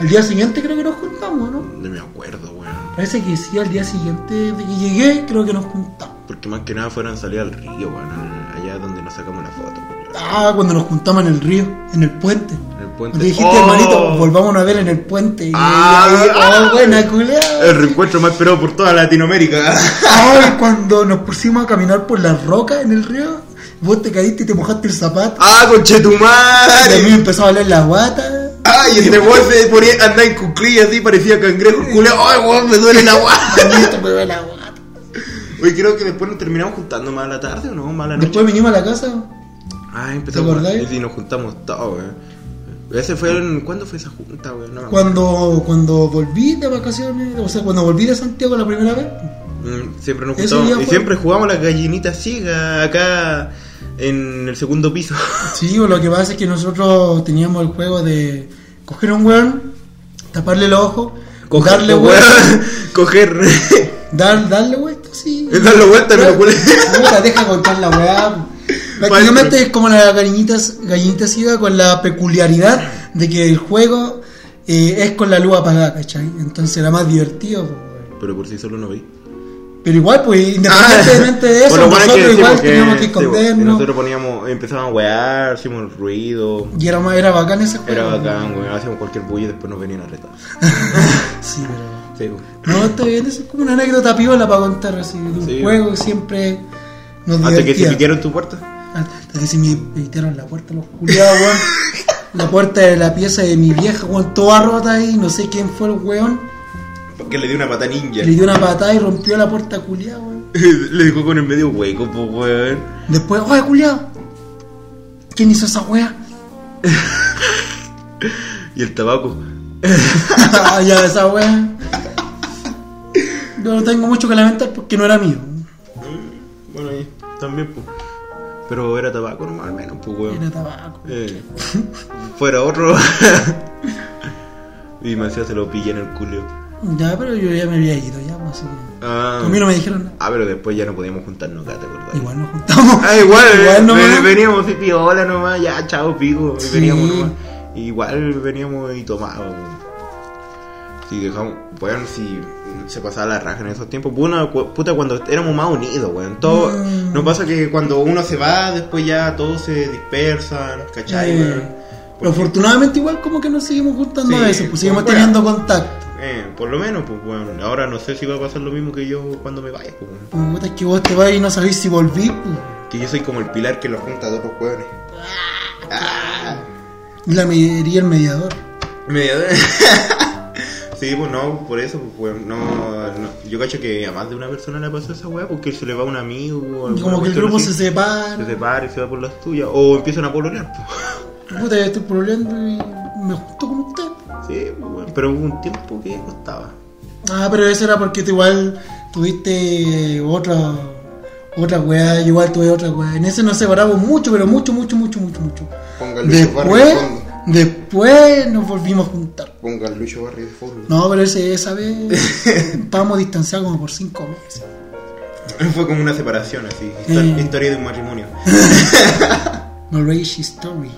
B: Al día siguiente creo que nos juntamos, ¿no?
A: No me acuerdo, weón.
B: Parece que sí, al día siguiente de que llegué, creo que nos juntamos.
A: Porque más que nada fueron a salir al río, weón. al- Allá donde nos sacamos la foto, weón.
B: Ah, cuando nos juntamos en el río, en el puente.
A: En el puente.
B: Cuando dijiste,
A: ¡Oh!
B: hermanito, volvámonos a ver en el puente. Y
A: Ah,
B: ahí,
A: ah.
B: oh, buena culea.
A: El reencuentro más esperado por toda Latinoamérica.
B: Ay, cuando nos pusimos a caminar por las rocas en el río, vos te caíste y te mojaste el zapato.
A: ¡Ah,
B: y a mí me
A: conchetumare!
B: empezó a doler la guata.
A: ¡Ay, este weón se ponía, andaba en cuclillas así, parecía cangrejo culeado! ¡Ay, weón, me duele la guata!
B: Hermanito, me duele la guata.
A: Oye, creo que después nos terminamos juntando más a la tarde, ¿o no? Más a la noche.
B: Después vinimos a la casa.
A: Ah, empezamos.
B: ¿Te acordás?
A: Y nos juntamos todos, weón. Ese fue en... ¿Cuándo fue esa junta, weón? No me acuerdo.
B: Cuando, cuando volví de vacaciones, o sea, cuando volví de Santiago la primera vez,
A: Mm, Siempre nos
B: Ese
A: juntamos.
B: día
A: Y
B: fue-
A: siempre jugamos las gallinitas ciegas acá en el segundo piso.
B: Sí, o lo que pasa es que nosotros teníamos el juego de coger un weón, taparle los ojos, darle vuelta,
A: Coger.
B: dar, darle vuelta, sí.
A: Darle vuelta, me acuerdo.
B: Puta, deja contar la weá. Prácticamente
A: Maestro.
B: es como la gallinita, gallinita ciega con la peculiaridad de que el juego eh, es con la luz apagada, ¿cachai? Entonces era más divertido. po, weón.
A: Pero por sí solo no vi.
B: Pero igual,
A: Ah,
B: pues independientemente de eso,
A: Bueno, bueno, es
B: nosotros
A: decimos
B: igual teníamos que
A: sí, pues, y
B: escondernos.
A: nosotros poníamos, empezábamos a wear, hacíamos ruido.
B: Y era, más- era bacán ese juego.
A: Era
B: weón.
A: bacán, weón. Hacíamos cualquier bulla y después nos venían a retar.
B: Sí, pero-
A: Sí, weón.
B: No, está bien, eso es como una anécdota piola para contar así, de un
A: Sí.
B: juego que siempre nos
A: Antes que se
B: divertía.
A: piquearon tu puerta.
B: Hasta que se me evitaron la puerta los culiados, weón. La puerta de la pieza de mi vieja, weón, toda rota ahí, no sé quién fue el weón.
A: Porque le dio una pata ninja.
B: Le dio una patada y rompió la puerta culiada, weón.
A: Le dejó con el medio hueco, pues, weón.
B: Después, oye, culiado. ¿Quién hizo esa wea?
A: Y el tabaco.
B: Ah, ya, esa wea. Yo no tengo mucho que lamentar porque no era mío.
A: Bueno, ahí también, pues. Pero era tabaco normal, al menos, pues, weón.
B: Era tabaco.
A: Eh, fuera otro. y Macías se lo pilla en el culo.
B: Ya, pero yo ya me había ido, ya, pues, así que.
A: Ah,
B: Conmigo no me dijeron nada.
A: ah, pero después ya no podíamos juntarnos acá, ¿te acordás?
B: Igual nos juntamos.
A: Ah, igual,
B: Igual nomás.
A: ve- veníamos y piola nomás, ya, chao, pico.
B: Sí.
A: Veníamos nomás. Igual veníamos y tomábamos. Si dejamos, bueno, si se pasaba la raja en esos tiempos, bueno, cu- puta, cuando éramos más unidos, weón. Todo,
B: Mm.
A: No pasa que cuando uno se va, después ya todos se dispersan, ¿cachai,
B: Eh,
A: weón?
B: Pero
A: Porque-
B: afortunadamente igual como que nos seguimos juntando
A: Sí,
B: a veces, pues seguimos
A: pues,
B: teniendo contacto.
A: Eh, por lo menos, pues, bueno, ahora no sé si va a pasar lo mismo que yo cuando me vaya, pues, weón.
B: Pues, puta, es que vos te vas y no sabés si volvís, pues.
A: Que yo soy como el pilar que los junta a todos los weones. Ah.
B: Y la mediría el mediador.
A: Mediador. sí, pues no, por eso, pues, weón, no, no. Yo cacho que a más de una persona le pasó esa weá porque se le va un amigo o
B: Y
A: alguna
B: como que el
A: cuestión
B: grupo
A: así.
B: se
A: Se
B: separa.
A: separa y se va por las tuyas. O empiezan a pololear, pues.
B: Puta, yo estoy problemando y me junto con usted.
A: Sí, pues, weón, Pero hubo un tiempo que costaba.
B: Ah, pero eso era porque tú igual tuviste otra otra weá, yo igual tuve otra weá. En ese nos separamos mucho, pero mucho, mucho, mucho, mucho, mucho.
A: Pongan
B: Después, después nos volvimos a juntar.
A: Pongan Lucho Barrio de fondo.
B: No, pero ese, esa vez estábamos distanciados como por cinco meses.
A: Fue como una separación así. histor-
B: Eh.
A: Historia de un matrimonio.
B: Marriage Story.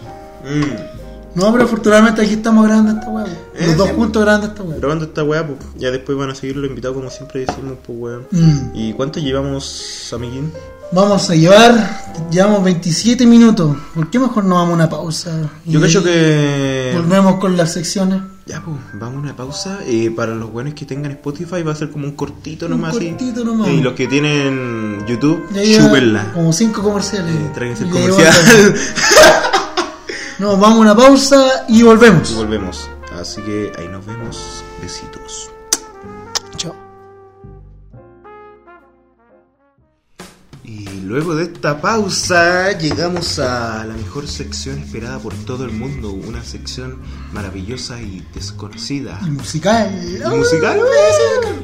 A: Mm.
B: No, pero afortunadamente aquí estamos grabando esta weá.
A: Eh,
B: Los dos
A: sí.
B: juntos grabando esta weá.
A: Grabando esta weá, pues ya después van a seguir los invitados como siempre decimos, pues weón.
B: Mm.
A: ¿Y cuánto llevamos, amiguín?
B: Vamos a llevar, llevamos 27 minutos. ¿Por qué mejor no vamos a una pausa?
A: Yo
B: Y
A: cacho que...
B: Volvemos con las secciones.
A: Ya, pues, vamos a una pausa. Eh, para los buenos que tengan Spotify va a ser como un cortito
B: Un
A: nomás. así.
B: cortito nomás.
A: Y los que tienen YouTube,
B: Ya lleva
A: chúpenla.
B: Como 5 comerciales.
A: Eh, tráiganse el
B: Ya lleva
A: comercial.
B: todo. Nos vamos a una pausa y
A: y
B: volvemos.
A: volvemos. Así que ahí nos vemos. Besitos.
B: Chao.
A: Y luego de esta pausa llegamos a la mejor sección esperada por todo el mundo. Una sección maravillosa y desconocida.
B: Y musical.
A: Y
B: Ah.
A: musical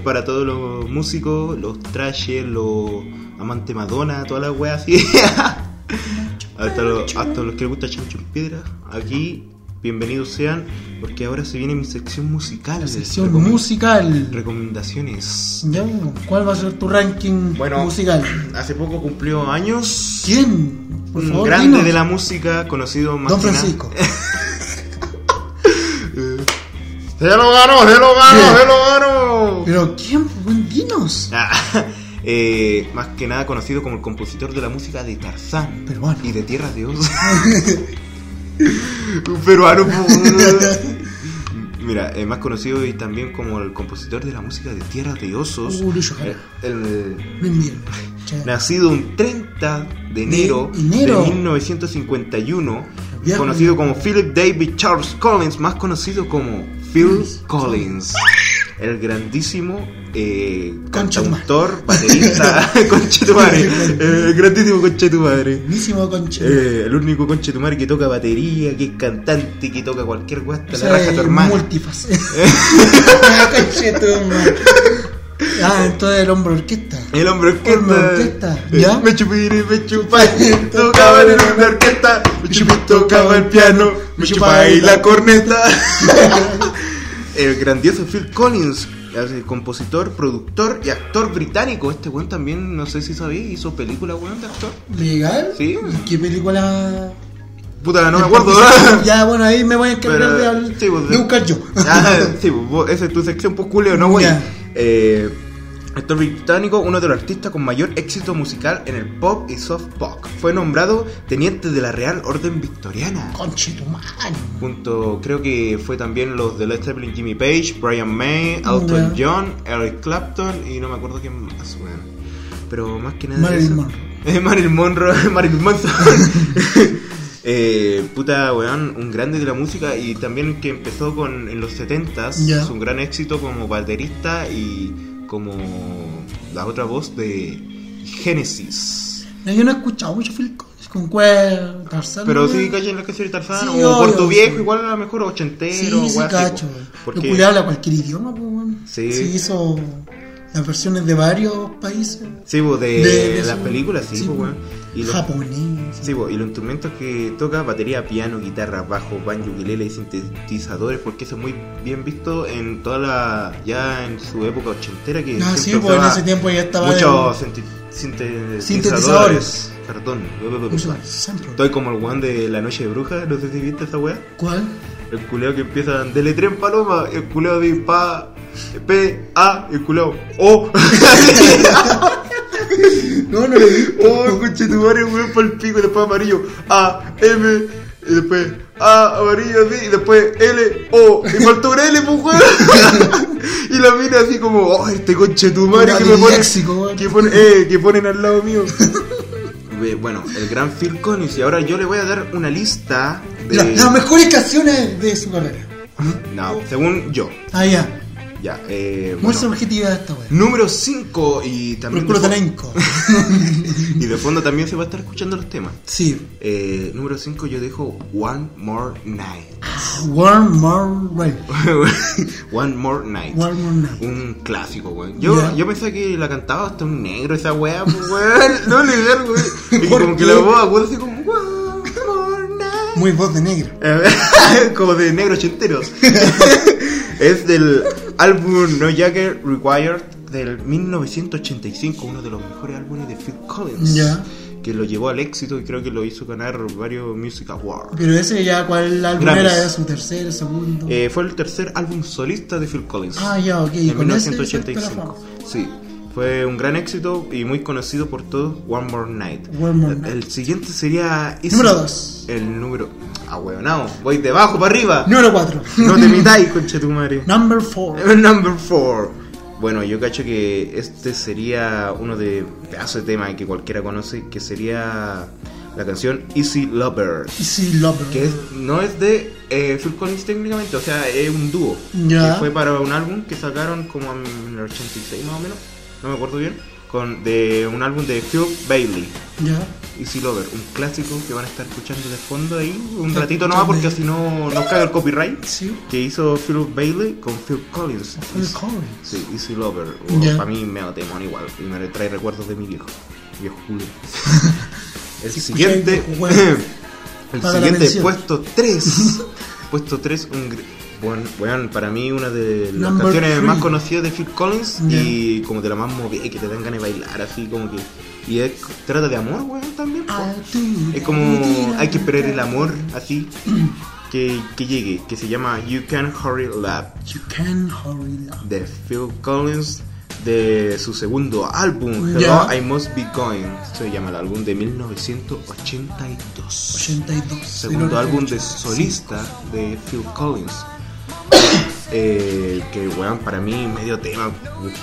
A: para todos los músicos, los trashers, los amantes Madonna, todas las weas así. hasta, los, hasta los que les gusta Chancho en Piedra. Aquí, bienvenidos sean, porque ahora se viene mi sección musical.
B: La sección
A: Recom-
B: Este, musical.
A: Recomendaciones.
B: Ya, ¿Cuál va a ser tu ranking
A: Bueno.
B: musical?
A: Hace poco cumplió años.
B: ¿Quién? Por
A: Un
B: favor,
A: grande
B: dinos.
A: de la música, conocido más
B: Don
A: que nada-
B: Francisco.
A: ¡Se lo ganó! ¡Se lo
B: Sí.
A: ganó! ¡Se lo ganó!
B: Pero ¿quién? Buen dinos.
A: Ah, eh, más que nada conocido como el compositor de la música de Tarzán
B: Pero bueno.
A: y de Tierra de Osos. Un peruano. po. Mira, eh, más conocido y también como el compositor de la música de Tierra de Osos.
B: Uh, Lucho Jara.
A: Eh, el-
B: Bien, bien. Che.
A: nacido un 30 de enero de,
B: enero.
A: 1951.
B: Viejo.
A: Conocido como Philip David Charles Collins, más conocido como Phil Collins. El grandísimo eh,
B: Concha tu
A: cantautor, baterista, conche tu madre. eh, el grandísimo conche tu madre.
B: Buenísimo conche.
A: Eh, el único conche tu madre que toca batería, que es cantante, que toca cualquier guasta,
B: O
A: la
B: sea,
A: raja a tu hermano.
B: multifacético. Conchetumare. ah, entonces el hombre orquesta.
A: El hombre
B: Hombre
A: orquesta.
B: orquesta, ¿ya?
A: Eh, Me chupiré, me chupé, tocaba en una orquesta. Me chupé, tocaba el piano. Me chupaba y la corneta. el grandioso Phil Collins, el compositor, productor y actor británico. Este weón también, no sé si sabéis, hizo película weón de actor.
B: ¿Legal?
A: Sí.
B: ¿Y qué película?
A: Puta, no me acuerdo.
B: Ya, bueno, ahí me voy a encargar
A: Pero,
B: de, hablar-
A: sí, pues,
B: de buscar yo.
A: Ah, sí, vos- esa es tu sección, pues culeo, no, güey.
B: Ya.
A: Eh, actor británico, uno de los artistas con mayor éxito musical en el pop y soft pop. Fue nombrado teniente de la Real Orden Victoriana.
B: Conchetumare.
A: Junto, creo que fue también los de Led Zeppelin, Jimmy Page, Brian May, Elton
B: Ya.
A: John, Eric Clapton y no me acuerdo quién más, weón. Pero más que nada.
B: Marilyn
A: eso-
B: Monroe.
A: Eh, Marilyn Monroe, Marilyn Manson. Eh, puta, weón, un grande de la música y también que empezó con en los 70s.
B: Ya.
A: Es un gran éxito como baterista y como la otra voz de Genesis.
B: No, yo no he escuchado mucho Phil Collins con cuál Tarzán.
A: Pero
B: ¿no?
A: sí, cachan la canción de Tarzán
B: Sí,
A: o
B: obvio,
A: Puerto Viejo,
B: sí.
A: igual a lo mejor ochentero.
B: Sí, sí,
A: weá, así,
B: cacho.
A: po.
B: Porque...
A: Porque-
B: habla cualquier idioma, pues, weón.
A: Sí.
B: hizo las versiones de varios países.
A: Sí, po, de,
B: De- de
A: las
B: su-
A: películas, sí,
B: sí,
A: po,
B: po.
A: weón. Y los-
B: Japonés.
A: Sí, po, y los instrumentos que toca, batería, piano, guitarra, bajo, banjo, ukulele y sintetizadores, porque eso es muy bien visto en toda la... ya en su época ochentera que...
B: Ah, sí,
A: siempre
B: pues en
A: usaba
B: ese tiempo ya estaba.
A: Muchos sinti- sintetizadores.
B: Sintetizadores.
A: Perdón.
B: el- Usual, siempre.
A: Estoy como el weón de La Noche de Bruja, no sé si viste esa weá.
B: ¿Cuál?
A: El culeo que empieza dele tren paloma, el culeo de pa, p, a, el culeo o.
B: No, no lo vi.
A: Oh, coche tu madre, weón, pa'l pico, y después amarillo, A, M, y después A, amarillo, así, y después L, O, y faltó una L, pues, weón. y la mina así como, oh, este coche tu madre
B: Una
A: que me pone,
B: disléxico, weón.
A: que, pone eh, que ponen al lado mío. Ve, bueno, el gran Phil Collins, y ahora yo le voy a dar una lista de...
B: La- las mejores canciones de su carrera.
A: No, según yo,
B: Ah, ya.
A: ya, eh,
B: Muy
A: bueno.
B: subjetiva esta weón.
A: Número 5 y también... de
B: Procuro
A: fo-
B: Talenco.
A: y de fondo también se va a estar escuchando los temas.
B: sí.
A: Eh, número 5 yo dejo One More Night.
B: One More Rain.
A: One More Night.
B: One More Night.
A: Un clásico, weón. Yo,
B: Ya.
A: yo pensé que la cantaba hasta un negro esa weá, pues, weón. No le digas, weón. Y
B: ¿Por
A: como que
B: qué?
A: la voz aguda así como One More Night.
B: Muy voz de negro.
A: Eh, como de negro ochentero. es del álbum No Jagger Required del 1985, uno de los mejores álbumes de Phil Collins.
B: Ya.
A: Que lo llevó al éxito y creo que lo hizo ganar varios Music Awards.
B: Pero ese ya, ¿cuál álbum
A: Grammys.
B: era? ¿Era su tercero, segundo?
A: Eh, fue el tercer álbum solista de Phil Collins.
B: ah, ya, ok.
A: en
B: con ese saltó la
A: 1985.
B: fama.
A: Sí, fue un gran éxito y muy conocido por todos. One More Night.
B: One More
A: El-
B: Night.
A: El siguiente sería. Easy.
B: Número dos.
A: El número. Ah, weón, no. Voy de abajo para arriba.
B: Número 4.
A: No te metáis, concha tu madre.
B: Number 4.
A: Number 4. Bueno, yo cacho que este sería uno de pedazo de tema que cualquiera conoce, que sería la canción Easy Lover,
B: Easy Lover.
A: que es- no es de eh, Phil Collins técnicamente, o sea, es un dúo.
B: Ya.
A: Que fue para un álbum que sacaron como en el 86 más o menos, no me acuerdo bien, con de un álbum de Phil Bailey.
B: Ya.
A: Easy Lover, un clásico que van a estar escuchando de fondo ahí un ratito nomás porque si no nos caga el copyright
B: Sí.
A: que hizo Philip Bailey con Phil Collins.
B: Phil Collins.
A: Sí, Easy Lover.
B: Ya.
A: Para mí me da temón igual y me trae recuerdos de mi viejo. Viejo Julio. El
B: Si
A: siguiente.
B: escucháis, bueno,
A: el
B: paga la
A: siguiente,
B: mención.
A: puesto 3. puesto 3, un. gr- Bueno, bueno, para mí una de las
B: Number
A: canciones
B: three.
A: más conocidas de Phil Collins
B: Ya.
A: y como de la más movida y que te dan ganas de bailar así como que... Y es- trata de amor, weón, también. po.
B: Ah, tú.
A: Es como hay que esperar el amor así que, que llegue, que se llama You Can Hurry Love
B: You can hurry love.
A: de Phil Collins de su segundo álbum Hello
B: Ya.
A: I Must Be Going se llama el álbum de 1982
B: 82.
A: segundo álbum de
B: 88.
A: solista de Phil Collins Eh, que weón para mí medio tema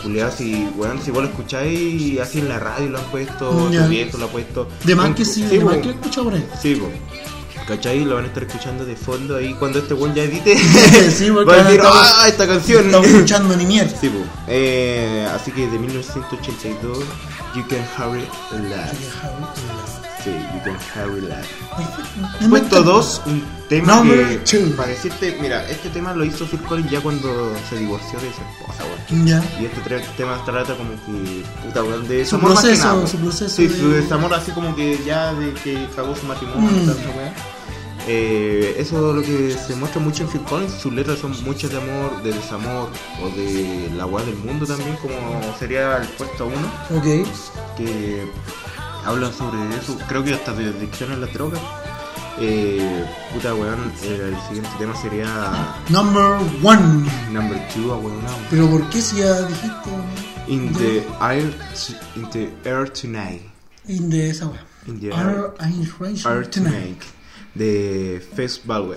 A: culiao, si weón si vos lo escucháis así en la radio lo han puesto
B: Ya.
A: tu viejo lo ha puesto
B: De más que sí, de más
A: weón.
B: que he escuchado por ahí.
A: Sí, po. ¿Cachai? Lo van a estar escuchando de fondo ahí cuando este weón ya edite.
B: Sí, porque
A: va a decir,
B: estamos-
A: ¡ah, esta canción!
B: No estaba escuchando ni mierda.
A: Sí, po. Eh, así que de 1982, You Can Hurry Love. Sí, You Can Hurry Love. Puesto 2, un tema
B: Number
A: que.
B: two.
A: Para decirte, mira, este tema lo hizo Phil Collins ya cuando se divorció de su esposa, weón.
B: Ya.
A: Y este tre- tema trata como que, puta weón, de
B: Su
A: desamor más que
B: proceso,
A: nada, weón.
B: su proceso
A: Sí,
B: de-
A: su desamor así como que ya de que cagó su matrimonio y
B: Mm.
A: tal, esa weá. Eh, eso es lo que se muestra mucho en Phil Collins, sus letras son muchas de amor, de desamor o de la weá del mundo también, como sería el puesto uno,
B: Ok.
A: que hablan sobre eso, creo que hasta de adicción a las drogas. Eh, puta weón, eh, el siguiente tema sería
B: Number one.
A: Number Two, a weón.
B: Pero ¿por qué si ya dijiste?
A: In the air, in the air tonight.
B: In the esa wea.
A: In the
B: Are
A: air,
B: I in range
A: air
B: tonight?
A: tonight. De Face Value.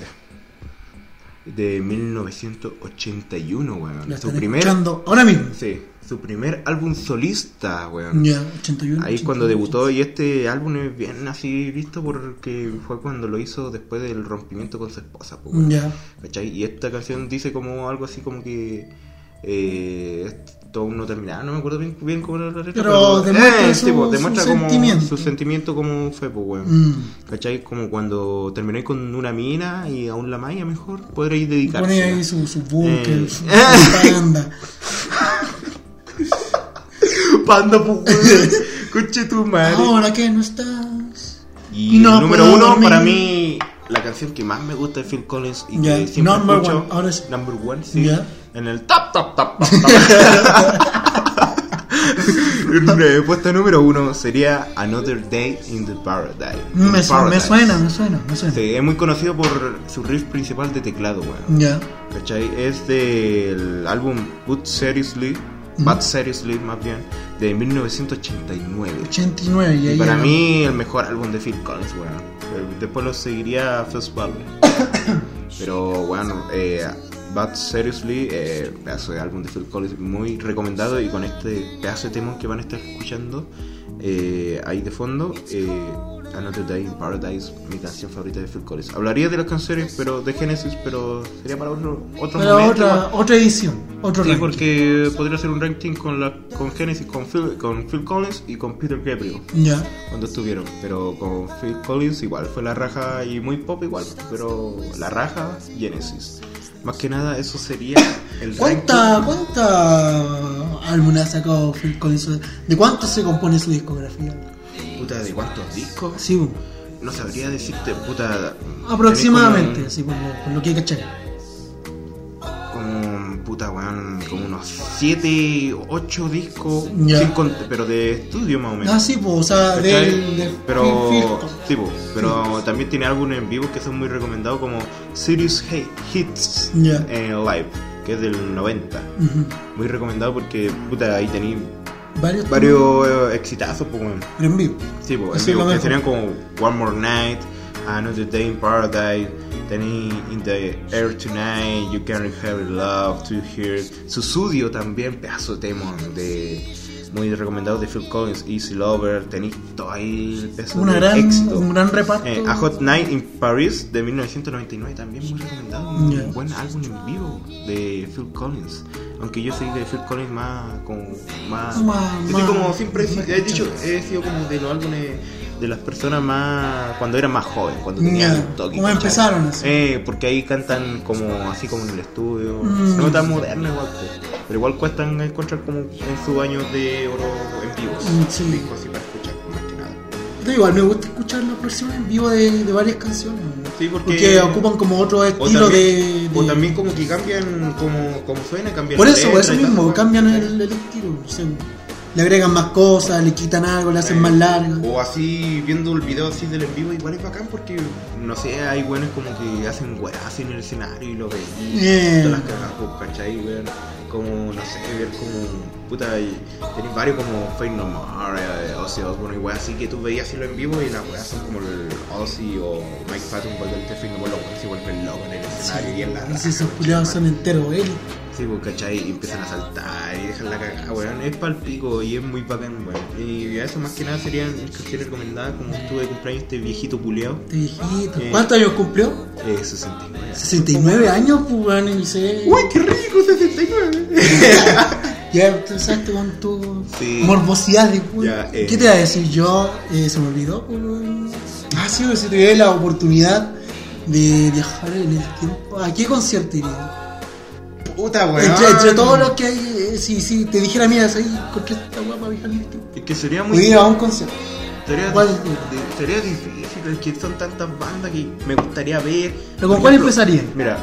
A: de 1981, weón.
B: La
A: Su
B: están
A: primer,
B: escuchando ahora mismo.
A: sí, su primer álbum solista, weón.
B: Ya, 81.
A: Ahí cuando
B: 82.
A: debutó y este álbum es bien así visto porque fue cuando lo hizo después del rompimiento con su esposa. pues, weón.
B: Ya.
A: ¿Cachai? Y esta canción dice como algo así como que eh, esto aún no terminaba, no me acuerdo bien, bien cómo era la letra.
B: Pero demuestra su-
A: tipo,
B: su
A: demuestra como
B: sentimiento.
A: su sentimiento como fue, pues, weón.
B: Mm.
A: ¿Cachai? Como cuando terminé con una mina y aún la maya mejor, podréis dedicarse.
B: Pone ahí su, su búnker,
A: Eh.
B: su su panda.
A: Panda, pues, weón. Escuche tu madre.
B: Ahora que no estás.
A: Y
B: No
A: número
B: puedo
A: uno,
B: dormir.
A: para mí, la canción que más me gusta de Phil Collins y
B: Ya,
A: que siempre
B: number
A: escucho,
B: one, ahora sí.
A: number one, sí,
B: Ya.
A: en el tap tap tap tap. tap. Eh, Puesto número uno sería Another Day in the Paradise. in
B: Me,
A: the
B: su- me
A: Paradise.
B: suena, me suena, me suena.
A: Sí, es muy conocido por su riff principal de teclado, weón.
B: Ya.
A: ¿Cachai? Es del álbum But Seriously, But
B: Mm.
A: Seriously más bien, de 1989.
B: 89 y
A: Y
B: ahí.
A: para
B: era-
A: mí, el mejor álbum de Phil Collins, weón. Eh, Después lo seguiría First Ballet. Pero, bueno, eh, But Seriously, eh, pedazo de álbum de Phil Collins muy recomendado. Y con este pedazo de temón que van a estar escuchando eh, ahí de fondo, eh, Another Day in Paradise, mi canción favorita de Phil Collins. Hablaría de las canciones pero de Genesis, pero sería para otro, otro
B: Pero
A: momento.
B: otra,
A: weón.
B: otra edición, otro
A: Sí,
B: ranking.
A: porque podría ser un ranking con, la, con Genesis, con Phil, con Phil Collins y con Peter Gabriel
B: Ya.
A: cuando estuvieron. Pero con Phil Collins igual fue la raja y muy pop igual. Pero la raja, Genesis. Más que nada eso sería el
B: ¿Cuánta,
A: ranking.
B: cuánta álbum ha sacado Phil Collins? ¿De cuánto se compone su discografía?
A: Puta, ¿de cuántos discos?
B: Sí, bueno,
A: No sabría decirte, puta...
B: aproximadamente,
A: tenés
B: sí, por lo, por lo que hay que checar.
A: Como, como, puta, weón, como unos 7, 8 discos.
B: Ya.
A: sin cont- pero de estudio más o menos.
B: Ah, sí, pues, o sea,
A: ¿Cachai?
B: del. De
A: pero
B: Phil Collins.
A: sí, po, pero también tiene álbumes en vivo que son muy recomendados como Serious He- Hits
B: Ya.
A: en Live, que es del 90.
B: Ujú.
A: Muy recomendado porque puta, ahí tenéis
B: Varios.
A: varios eh, exitazos, po, weón.
B: Pero en vivo.
A: Sí, po, en
B: Eso es
A: vivo,
B: lo
A: que
B: mejor.
A: serían como One More Night, Another Day in Paradise, tenéis In the Air Tonight, You Can Have Love, To Hear, Susudio también, pedazo de temón de muy recomendado de Phil Collins, Easy Lover, tenéis todo ahí el peso
B: Una
A: de
B: gran,
A: éxito.
B: un gran reparto.
A: Eh, A Hot Night in Paris de 1999 también muy recomendado, un
B: Ya.
A: buen álbum en vivo de Phil Collins. Aunque yo soy de Phil Collins más como más,
B: Más-
A: yo soy
B: más-
A: como siempre he si-
B: más
A: he dicho he sido como de los álbumes de las personas más cuando eran más joven, cuando tenían
B: Ya,
A: un toque.
B: como
A: ¿cachai?
B: empezaron así.
A: Eh, porque ahí cantan como así como en el estudio,
B: Mm.
A: no tan moderno igual, pues, pero igual cuestan encontrar como en sus años de oro en vivo,
B: Mm, sí.
A: discos así para escuchar más que nada.
B: Pero igual me gusta escuchar las versiones en vivo de, de varias canciones. ¿no?
A: Sí, porque-
B: ocupan como otro
A: O
B: estilo
A: también,
B: de, de-
A: o también como que cambian como, como suena, cambian
B: Por eso, por
A: letras
B: eso
A: y tal,
B: mismo,
A: weón.
B: cambian el, el estilo. o sea, le agregan más cosas, le quitan algo, le hacen más larga.
A: O así, viendo el video así del en vivo, igual es bacán porque, no sé, hay buenos como que hacen weas así en el escenario y lo veis.
B: Yeah.
A: Todas las cagas, pues, ¿cachai? Weón? Como, no sé, ver como, puta, y tenés varios como Fate No More, eh, Ozzy Osbourne y weas así que tú veías así lo en vivo y las weas son como el Ozzy o Mike Patton, cuando el Fate No More, los weones se vuelven locos en el escenario y en la
B: Sí, esos
A: raja,
B: culiados
A: conchetumare.
B: son enteros, él.
A: Sí, pues, ¿cachai? Y empiezan a saltar y dejan la cagada, weón. Es palpico y es muy bacán, weón. Y a eso más que nada serían canciones recomendadas, como estuve de cumpleaños este viejito puleado.
B: Este viejito.
A: Eh.
B: ¿Cuántos años cumplió?
A: Eh, 69.
B: 69 años, pues, weón, y se.
A: ¡Uy, qué rico, 69!
B: Ya empezaste con tu
A: Sí.
B: morbosidad de weón.
A: Ya, eh.
B: ¿Qué te iba a decir yo? Eh, se me olvidó, pues, weón. Ah, sí, pues, si tuviera la oportunidad de viajar en el tiempo. ¿A qué concierto iría?
A: Puta, weón.
B: Entre, entre todos los que hay, eh, si, si te dijera, mira, soy encontré esta guapa vieja en el tiempo.
A: Es que sería muy.
B: Voy a ir a un concierto.
A: Sería,
B: ¿Cuál?
A: di- sería difícil, es que son tantas bandas que me gustaría ver.
B: ¿Pero
A: Por
B: con cuál
A: ejemplo,
B: empezaría?
A: Mira,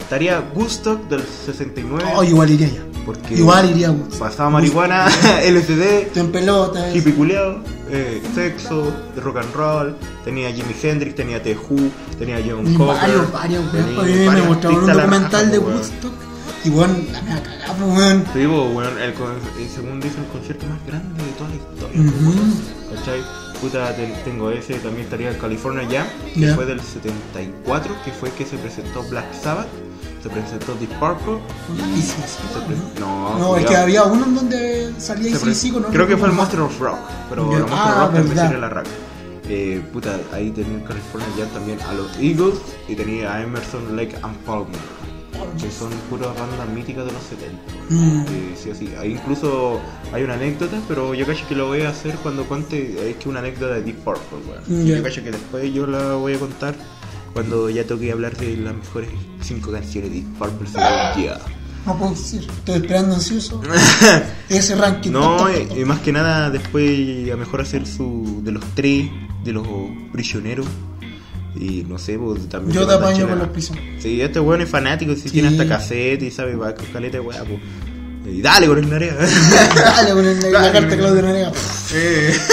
A: estaría Woodstock del 69.
B: Oh, igual iría yo.
A: porque
B: Igual iría a Woodstock.
A: Pasaba marihuana, LCD.
B: Estoy en pelota.
A: hippie culeado, eh, sexo, rock and roll, tenía Jimi Hendrix, tenía The Who, tenía John
B: y
A: Cocker.
B: varios, varios,
A: tenía
B: weón. A mí me
A: varios
B: mostraron
A: artistas
B: un
A: a la
B: documental
A: raja,
B: de
A: weón.
B: Woodstock. Y weón, la me ha cagado, weón.
A: Te digo, weón, el, con- el- según dice el concierto más grande de toda la historia.
B: Ujú.
A: ¿Cachai? Puta, te- tengo ese, también estaría California Jam, que
B: Ya.
A: fue del 74, que fue que se presentó Black Sabbath. se presentó Deep Purple.
B: Y sí, sí.
A: se pre- No,
B: No,
A: culiao.
B: es que había uno en donde salía y
A: Se pre-
B: sí, sí, con otro
A: Creo que fue el
B: grupo.
A: Monster of Rock, pero
B: Ya,
A: el Monster of
B: ah,
A: Rock también
B: verdad.
A: sería la raca. Eh, puta, ahí tenía en California ya también a los Eagles y tenía a Emerson, Lake and Palmer, que son puras bandas míticas de los 70.
B: Mm.
A: Eh, sí, así. Ahí incluso hay una anécdota, pero yo cacho que lo voy a hacer cuando cuente. Es que una anécdota de Deep Purple, weón.
B: Mm, Ya.
A: Yo cacho que después yo la voy a contar cuando ya toque hablar de las mejores 5 canciones de Deep Purple según ya.
B: No puedo decir, estoy esperando ansioso ese ranking.
A: No,
B: Toc, toc,
A: eh,
B: toc,
A: eh, más que nada después a mejor hacer su de los tres, de los prisioneros. Y no sé, pues
B: toc.
A: también.
B: Yo
A: de
B: te
A: bandas
B: apaño
A: chilenas.
B: con los pisos.
A: Sí, este weón es fanático, si
B: Sí.
A: tiene hasta cassette y sabe, va con caleta, de weá, pues. Y dale con el narea.
B: Dale con el- la
A: Dale.
B: carta de Claudio Narea.
A: Eh.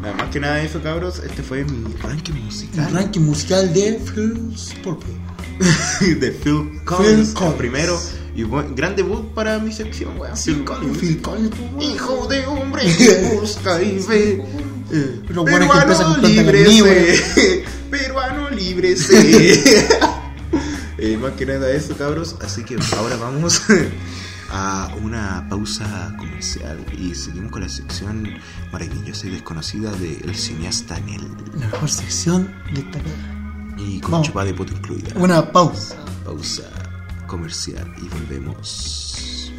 A: Nada más que nada de eso, cabros. Este fue mi ranking
B: El
A: musical
B: ranking musical de Phil's Purple.
A: de Phil Collins. el
B: Collins.
A: Primero y buen- gran debut para mi sección, weón. Phil Collins.
B: Phil Collins, pues, bueno.
A: Hijo de hombre que busca y ve. eh,
B: Pero bueno, es que empieza con
A: peruano
B: planta
A: libre
B: carnívora.
A: sé. Peruano libre sé. Eh, más que nada eso, cabros. Así que ahora vamos a una pausa comercial y seguimos con la sección maravillosa y desconocida de El cineasta Anel
B: La mejor sección de esta cara.
A: y con
B: Vamos.
A: chupa de poto incluida.
B: Una pausa.
A: Pausa comercial y volvemos.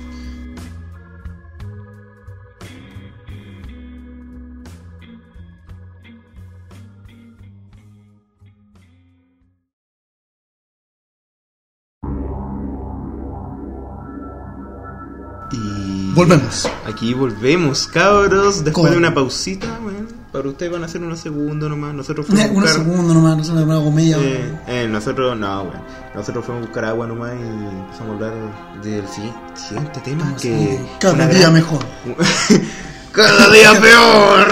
A: Y
B: Volvemos.
A: Aquí volvemos, cabros. Después
B: Con-
A: de una pausita, bueno, para ustedes van a ser unos segundos nomás. Nosotros fuimos
B: Una,
A: a
B: una
A: buscar-
B: segunda nomás, no se me hago media.
A: eh, eh, nosotros, no, weón. Nosotros fuimos a buscar agua nomás y empezamos a hablar del si- siguiente tema.
B: Vamos,
A: Que
B: eh, Cada
A: una
B: día
A: gran-
B: mejor.
A: Cada día peor.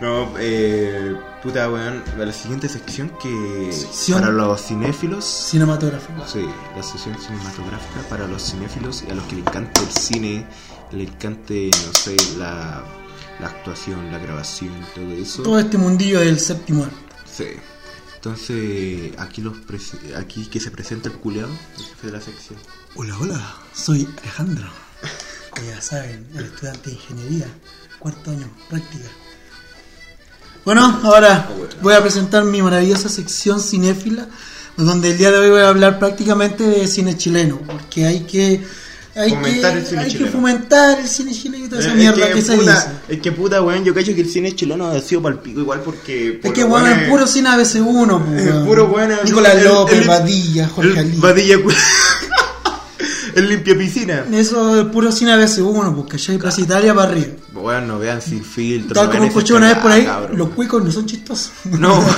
A: no, eh, puta, weón. La siguiente sección que.
B: Sección.
A: Para los cinéfilos.
B: Cinematógrafo.
A: Sí, la sesión cinematográfica para los cinéfilos y a los que les encanta el cine, les encante, no sé, la, la actuación, la grabación, todo eso.
B: Todo este mundillo del séptimo arte.
A: Sí. Entonces, aquí los prese- aquí que se presenta el culeado, el jefe de la sección.
B: Hola, hola, soy Alejandro. Como ya saben, el estudiante de ingeniería, cuarto año, práctica. Bueno, ahora voy a presentar mi maravillosa sección cinéfila, donde el día de hoy voy a hablar prácticamente de cine chileno, porque hay que, hay
A: Fomentar
B: que,
A: el cine
B: hay que
A: chileno.
B: fomentar el cine chileno y toda
A: Eh,
B: esa
A: es
B: mierda que, se dice.
A: puta, es que puta, weón, yo cacho que el cine chileno ha sido palpico igual porque...
B: Es
A: por
B: que
A: los
B: bueno, el
A: weones-
B: puro cine ABC1, pues,
A: el
B: weón.
A: puro bueno, el-
B: Nicolás
A: el-
B: López,
A: el-
B: Badilla, Jorge
A: El
B: Ali.
A: vadilla... cu- el limpia piscina.
B: Eso es puro cine ABC1, pues, ¿cachai? Plaza Italia para arriba.
A: Bueno, no vean sin filtro.
B: Tal
A: no
B: como
A: vean esas
B: escuché una vez por ahí,
A: cagadas, cabrón.
B: los cuicos no son chistosos.
A: No.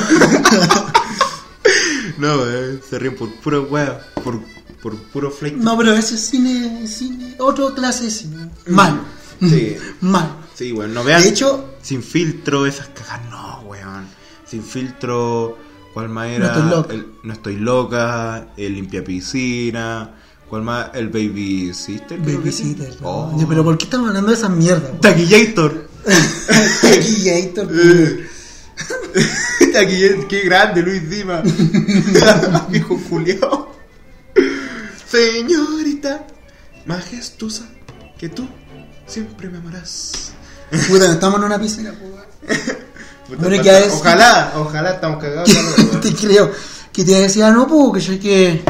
A: no, eh, se ríen por puro weón, por, por puro flake.
B: No, pero ese es cine, cine, otro clase de cine. Mal.
A: Sí.
B: Mal.
A: Sí, weón, no vean.
B: De hecho,
A: Sin filtro, esas cagas, no, weón. Sin filtro, ¿cuál más era?
B: No estoy loca.
A: El, no estoy loca, el limpia piscina, ¿cuál más? El baby sister. creo
B: Baby
A: que sí.
B: Sitter, no.
A: Oh.
B: Oye, Pero ¿por qué estamos hablando de esa mierda? po?
A: Taquillator.
B: Taquillator,
A: Eh. Taquillator, qué grande, Luis Dima. Viejo Julio. Señorita majestuosa, que tú siempre me amarás.
B: po. Puta, estamos en una piscina, po, weón.
A: Puta,
B: Bueno,
A: pasa-
B: ya es-
A: Ojalá, ojalá estamos cagados. cabrón,
B: Te creo. Que te decía, no, po, que yo es que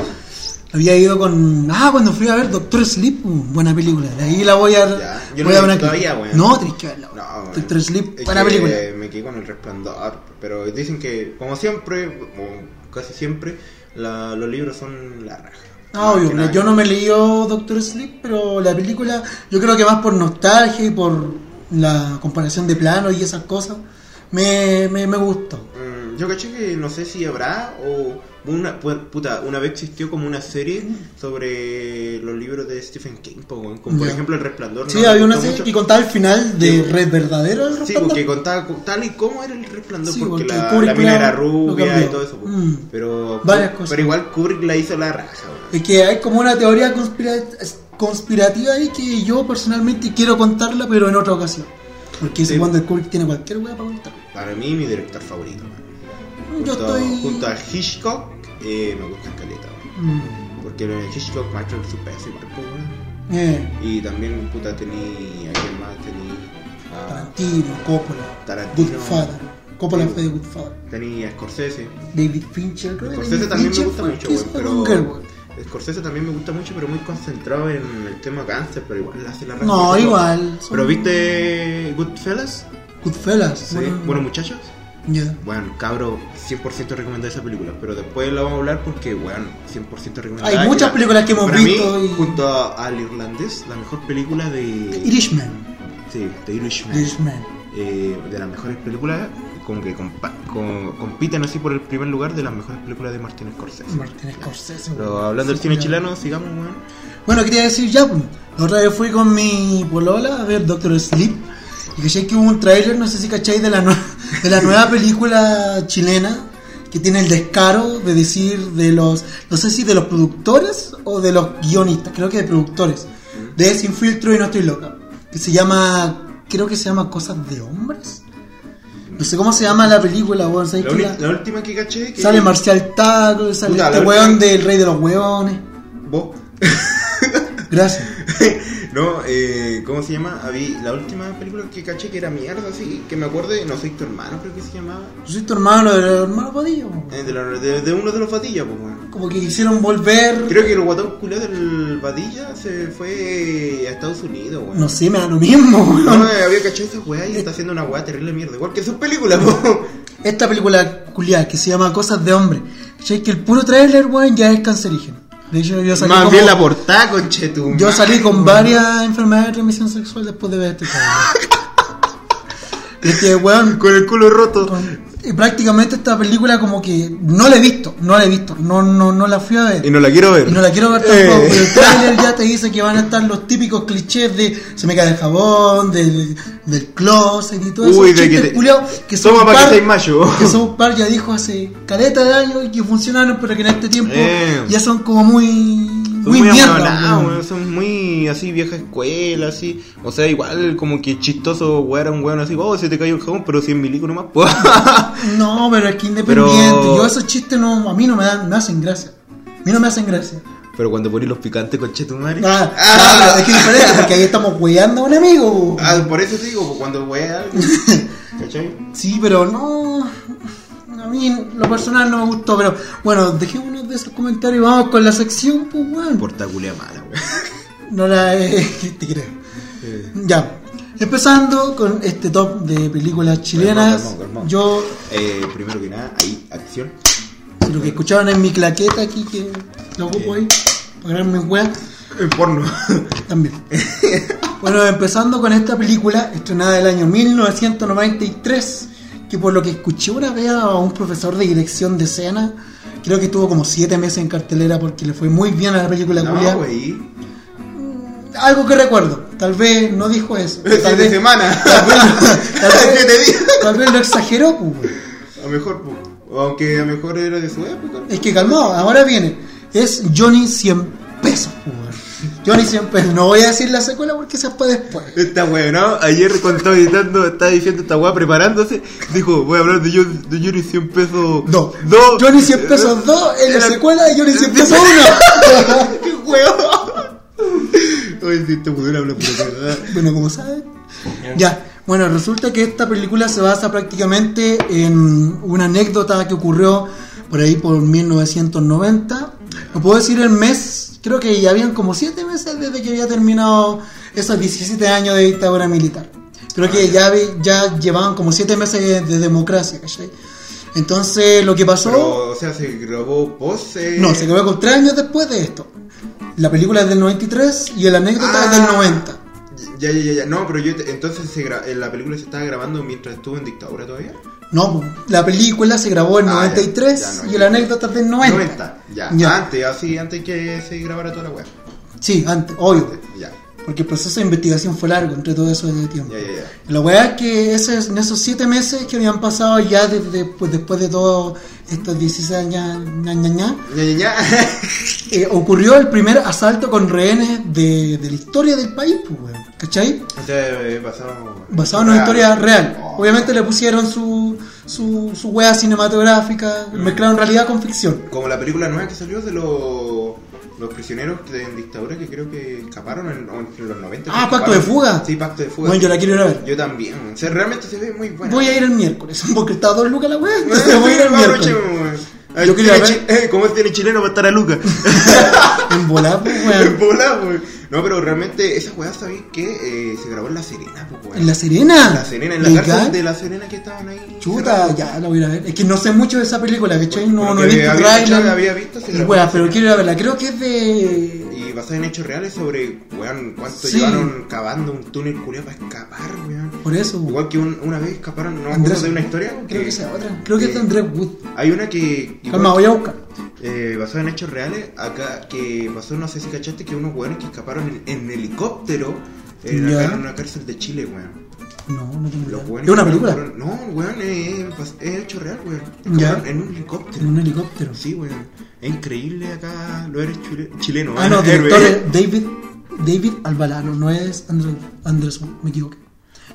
B: había ido con. Ah, cuando fui a ver Doctor Sleep, po, buena película. De ahí la voy a.
A: Ya. Yo no
B: voy
A: la
B: a
A: he
B: ver
A: visto
B: aquí.
A: todavía, weón.
B: No, tenés que verla,
A: No,
B: weón.
A: bueno.
B: Doctor Sleep,
A: Es
B: buena
A: que
B: película.
A: Me quedé con el resplandor, pero dicen que, como siempre, o casi siempre, la- los libros son la raja.
B: Ah, obvio,
A: Que nada,
B: yo no me leí Doctor Sleep, pero la película, yo creo que más por nostalgia y por la comparación de planos y esas cosas, me, me, me gustó.
A: Mm, Yo caché que no sé si habrá o una pu- puta, una vez existió como una serie sobre los libros de Stephen King, po, weón, como por
B: Mm. Ya.
A: ejemplo El Resplandor.
B: Sí,
A: ¿no? Me
B: había una
A: gustó
B: serie
A: mucho.
B: que contaba el final de
A: Sí,
B: Red Verdadero del
A: Sí,
B: Resplandor.
A: porque contaba co- tal y como era el resplandor,
B: Sí,
A: porque,
B: porque
A: la,
B: Kubrick
A: la mina
B: la-
A: era
B: lo
A: rubia
B: cambió.
A: y todo eso. po.
B: Mm.
A: Pero,
B: Varias cosas.
A: pero igual Kubrick la hizo la raja. weón.
B: Es que hay como una teoría conspira- conspirativa ahí que yo personalmente quiero contarla, pero en otra ocasión. Porque ese
A: Sí.
B: cuando el Kubrick tiene cualquier weá para contar.
A: Para mí, mi director favorito. weón.
B: Yo
A: junto,
B: estoy.
A: junto a Hitchcock, eh, me gusta el
B: Mm.
A: Porque lo de Hitchcock macho su peso igual, pues, weón.
B: Eh,
A: Y también, puta, tení. ¿A quién más? Tení. A,
B: Tarantino, Coppola,
A: Tarantino.
B: Goodfather. Coppola
A: Sí.
B: fue de Goodfather.
A: tení a Scorsese.
B: David Fincher. creo que
A: Scorsese
B: David
A: también me
B: Fincher
A: gusta
B: fue el
A: mucho,
B: que
A: weón.
B: hizo Hunger,
A: Pero.
B: weón.
A: Scorsese también me gusta mucho, pero muy concentrado en el tema cáncer, pero igual la hace la raja.
B: No, igual. son-
A: ¿Pero viste Goodfellas?
B: Goodfellas.
A: Sí.
B: bueno,
A: Bueno, muchachos.
B: ya.
A: Bueno, cabro, 100% recomendada esa película, pero después la vamos a hablar porque, bueno, 100% recomendada.
B: Hay muchas
A: Y la-
B: películas que hemos
A: para
B: visto
A: mí,
B: y-
A: junto a- al irlandés, la mejor película de...
B: Irishman.
A: Sí, de Irishman.
B: Irishman.
A: Eh, de las mejores películas, como que compa- co- compiten así por el primer lugar de las mejores películas de Martin Scorsese.
B: Martin Scorsese.
A: Pero
B: weón.
A: hablando del
B: Sí,
A: cine
B: ya.
A: chilano, sigamos, weón.
B: Bueno, quería decir ya, pues, la otra vez fui con mi polola a ver Doctor Sleep y caché que hubo un tráiler, no sé si cacháis, de la, nue- de la nueva película chilena que tiene el descaro de decir de los, no sé si de los productores o de los guionistas, creo que de productores, de Desinfiltro y No Estoy Loca, que se llama, creo que se llama Cosas de Hombres. No sé cómo se llama la película, weón. ¿sabes
A: La,
B: que
A: uni-
B: la-
A: la última que caché que...
B: Sale Marcial Taco, sale
A: Puta, la
B: este
A: última-
B: weón del Rey de los Weones.
A: Vos.
B: Gracias.
A: no, eh, ¿cómo se llama? Habí- la última película que caché que era mierda, así, que me acuerde, no soy tu hermano, creo que se llamaba.
B: Yo soy tu hermano, el hermano Padillo.
A: Eh, de, la- de- de uno de los Badillas, pues, weón.
B: Como que quisieron volver.
A: Creo que el guatón culé del Badilla se fue a Estados Unidos, weón.
B: No sé, me da lo mismo,
A: No,
B: weón.
A: eh, había cachado esa weá y está haciendo una weá terrible de mierda. Igual que sus películas, po.
B: Esta película culiada que se llama Cosas de Hombre. ¿Cachai? Que el puro trailer, weón, ya es cancerígeno. De hecho, yo salí,
A: Más
B: como-
A: bien la portada, conchetum.
B: yo salí con varias enfermedades de transmisión sexual después de ver este trailer. es que, weón,
A: Con el culo roto.
B: con- y prácticamente esta película como que no la he visto, no la he visto, no, no, no la fui a ver.
A: Y no la quiero ver.
B: Y no la quiero ver
A: Eh.
B: tampoco, pero el trailer ya te dice que van a estar los típicos clichés de se me cae el jabón, del, del closet y todo eso.
A: Uy, de que te-
B: que son
A: Toma
B: un
A: para que
B: par,
A: estáis mayo.
B: que son un par ya dijo hace caleta de años y que funcionaron, pero que en este tiempo
A: Eh.
B: ya son como muy,
A: Son
B: muy, mierda.
A: abandonados,
B: weón.
A: weón, Son muy así, vieja escuela, así. O sea, igual como que chistoso, weón, era un weón así, oh, se te cayó el jabón, pero 100 milico nomás, pues". po.
B: No, pero es que independiente,
A: Pero-
B: yo esos chistes no, a mí no me dan, me hacen gracia. A mí no me hacen gracia.
A: Pero cuando poní los picantes, con tu madre.
B: Ah, ah, pero es que es diferente, porque ahí estamos weyando a un amigo.
A: Ah, por eso te digo, po, cuando wea algo. ¿Cachai?
B: Sí, pero no. A mí en lo personal no me gustó, pero bueno, dejémonos de esos comentarios y vamos con la sección, pues weón.
A: Porta culea mala, weón.
B: No la eh, te creo.
A: Eh,
B: Ya. Empezando con este top de películas chilenas.
A: Calmón, calmón, calmón.
B: Yo,
A: eh, primero que nada, ahí, acción.
B: lo que escuchaban en mi claqueta aquí, que lo ocupo ahí, para grabarme en weá,
A: El porno.
B: también. bueno, empezando con esta película, estrenada del año 1993, que por lo que escuché una vez a un profesor de dirección de escena, creo que estuvo como siete meses en cartelera porque le fue muy bien a la película culiá.
A: No, wey.
B: Algo que recuerdo, tal vez no dijo eso.
A: El
B: Tal
A: fin de
B: vez,
A: semana.
B: tal vez- tal vez-
A: Siete días.
B: tal vez lo exageró, pues, güey.
A: A lo mejor, po. aunque a lo mejor era de su época.
B: Es que calmado, ahora viene. Es Johnny 100 pesos, pues, güey. Johnny 100 pesos. No voy a decir la secuela porque se fue después.
A: Esta weá, ¿no? Ayer cuando estaba editando, estaba diciendo esta weá preparándose, dijo, voy a hablar de, John- de Johnny 100 pesos
B: Dos.
A: 2.
B: Johnny 100 pesos 2 en la
A: Era-
B: secuela de Johnny 100 pesos 1.
A: ¡Qué weón! Oye, si este weón habla pura verdad.
B: Bueno, como saben. Ya. Bueno, resulta que esta película se basa prácticamente en una anécdota que ocurrió por ahí por 1990. No puedo decir el mes, creo que ya habían como 7 meses desde que había terminado esos 17 años de dictadura militar. Creo que ya, vi- ya llevaban como 7 meses de, de democracia, ¿cachai? Entonces, lo que pasó.
A: Pero, o sea, se grabó pose.
B: No, se grabó con tres años después de esto. La película es del 93 y la anécdota es del
A: Ah.
B: 90.
A: Ya, ya, ya, ya. No, pero yo. te- Entonces, se gra- en la película se estaba grabando mientras estuvo en dictadura todavía.
B: No, pues, la película se grabó en
A: Ah, ya,
B: 93
A: ya, no,
B: y
A: ya.
B: la anécdota es del 90.
A: 90. Ya. Antes, así, antes que se grabara toda la weá.
B: Sí, antes, obvio.
A: Ya,
B: Porque el proceso de investigación fue largo entre todo eso de tiempo.
A: ya, ya, ya.
B: La weá es que esos- en esos 7 meses que habían pasado ya desde, pues, después de todos estos 16 años, ña, ña, ña,
A: Ya, ya, ya.
B: eh, ocurrió el primer asalto con rehenes de, de la historia del país, pues, weón. ¿Cachai?
A: O sea, eh, basado...
B: Basado en una
A: Real.
B: historia real.
A: Oh.
B: Obviamente le pusieron su, su, su wea cinematográfica, mezclaron realidad con ficción.
A: Como la película nueva que salió de los, los prisioneros de en dictadura que creo que escaparon en, o entre los 90.
B: Ah,
A: que
B: Pacto de
A: escaparon.
B: Fuga.
A: Sí, Pacto de Fuga.
B: Bueno,
A: sí.
B: yo la quiero ir a ver.
A: Yo también. weón. Se- realmente se ve muy buena.
B: Voy a ir el miércoles, porque está a dos lucas la wea,
A: Bueno,
B: entonces voy a ir el
A: aproveche,
B: miércoles.
A: weón. Ay,
B: Yo quería
A: tiene chi- eh, ¿Cómo tiene chileno para estar a Luca?
B: En volar, pues,
A: En
B: weón.
A: bola, weón. No, pero realmente esa weá, ¿sabéis que se grabó en La Serena, pues, weón.
B: En La Serena.
A: La Serena, en la
B: Legal.
A: cárcel de La Serena que estaban ahí.
B: Chuta,
A: cerrados.
B: ya la voy a ir a ver. Es que no sé mucho de esa película, ¿cachai? No,
A: Porque
B: no he visto
A: había
B: trailer.
A: escuchado, había visto, se
B: Y
A: grabó.
B: wea, pero quiero ir a verla. Creo que es de.
A: Y basada en hechos reales sobre, weón, cuánto
B: Sí.
A: llevaron cavando un túnel curioso para escapar, weón.
B: Por eso.
A: Igual que un- una vez escaparon, no me acuerdo
B: Andrés-
A: de una historia.
B: Creo que sea otra. Creo que es de
A: eh,
B: Andrés Wood.
A: Hay una que. igual-
B: Calma, voy a buscar.
A: eh, basada en hechos reales, acá que pasó, no sé si cachaste, que unos weones que escaparon en, en helicóptero en,
B: Ya.
A: acá en una cárcel de Chile, weón.
B: No, no tengo
A: Los
B: idea.
A: weones
B: Es una
A: que
B: película.
A: escaparon- No, weón, eh, pas- es hecho real, weón.
B: Ya.
A: Escaparon En un
B: En
A: helicóptero.
B: un helicóptero.
A: Sí, weón. Es increíble acá, lo eres chile- chileno.
B: Ah, no,
A: weón.
B: director
A: Héroe.
B: es David, David Albalano, no es Andrés Anderson, me equivoqué.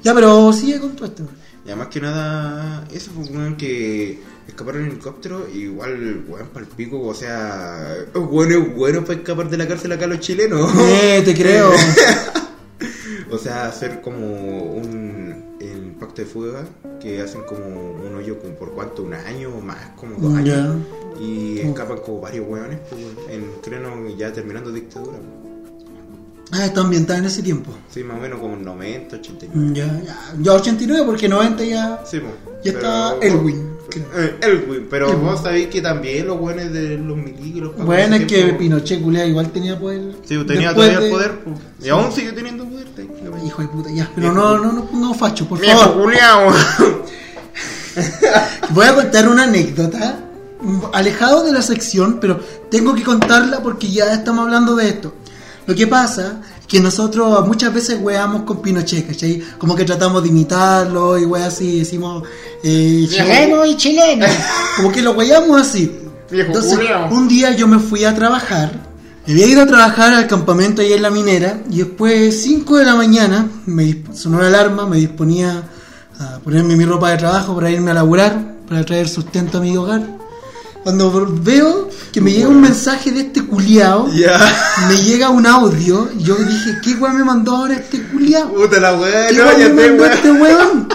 B: Ya, pero sigue con todo esto.
A: Y más que nada, eso fue weón que escaparon en helicóptero, y igual, weón, palpico, o sea, bueno es bueno para escapar de la cárcel acá los chilenos.
B: Eh, te creo.
A: O sea, hacer como un el pacto de fuga que hacen como un hoyo como por cuánto, un año o más, como dos años.
B: Ya. Oh.
A: Y escapan como varios hueones, pues, weón, en creo ya terminando dictadura. pues.
B: Ah, está ambientada en ese tiempo.
A: Sí, más o menos como en 90, 89.
B: Mm, Ya, ya. Ya 89, porque 90 ya.
A: Sí, pues.
B: Mm. Ya está Elwin,
A: pero-
B: creo.
A: eh, Elwin, pero
B: Elwin.
A: vos sabéis que también los hueones de los milicos. y los pacos
B: Bueno,
A: de
B: es
A: ese
B: que
A: tiempo-
B: Pinochet, culea, igual tenía poder.
A: Sí, pues, tenía
B: Después
A: todavía el
B: de-
A: poder, pues. Y aún sigue teniendo poder, técnicamente.
B: Hijo de puta, ya. Pero
A: Viejo.
B: no, no, no, no facho, por
A: Viejo
B: favor.
A: culiao.
B: Voy a contar una anécdota, mm, alejado de la sección, pero tengo que contarla porque ya estamos hablando de esto. Lo que pasa es que nosotros muchas veces weamos con Pinochet, ¿cachai? Como que tratamos de imitarlo y weas así, decimos eh, chileno y chileno. Como que lo weamos así.
A: Viejo
B: Entonces,
A: culiao.
B: un día yo me fui a trabajar. Me había ido a trabajar al campamento ahí en la minera y después 5 de la mañana me disp- sonó la alarma, me disponía a ponerme mi ropa de trabajo para irme a laburar, para traer sustento a mi hogar. Cuando v- veo que me llega un mensaje de este culiao,
A: Ya.
B: me llega un audio, y yo dije, ¿qué weón me mandó ahora este culiao?
A: Puta la weá,
B: ¿Qué
A: no,
B: weón
A: ya
B: me
A: te
B: mandó
A: weá.
B: este weón?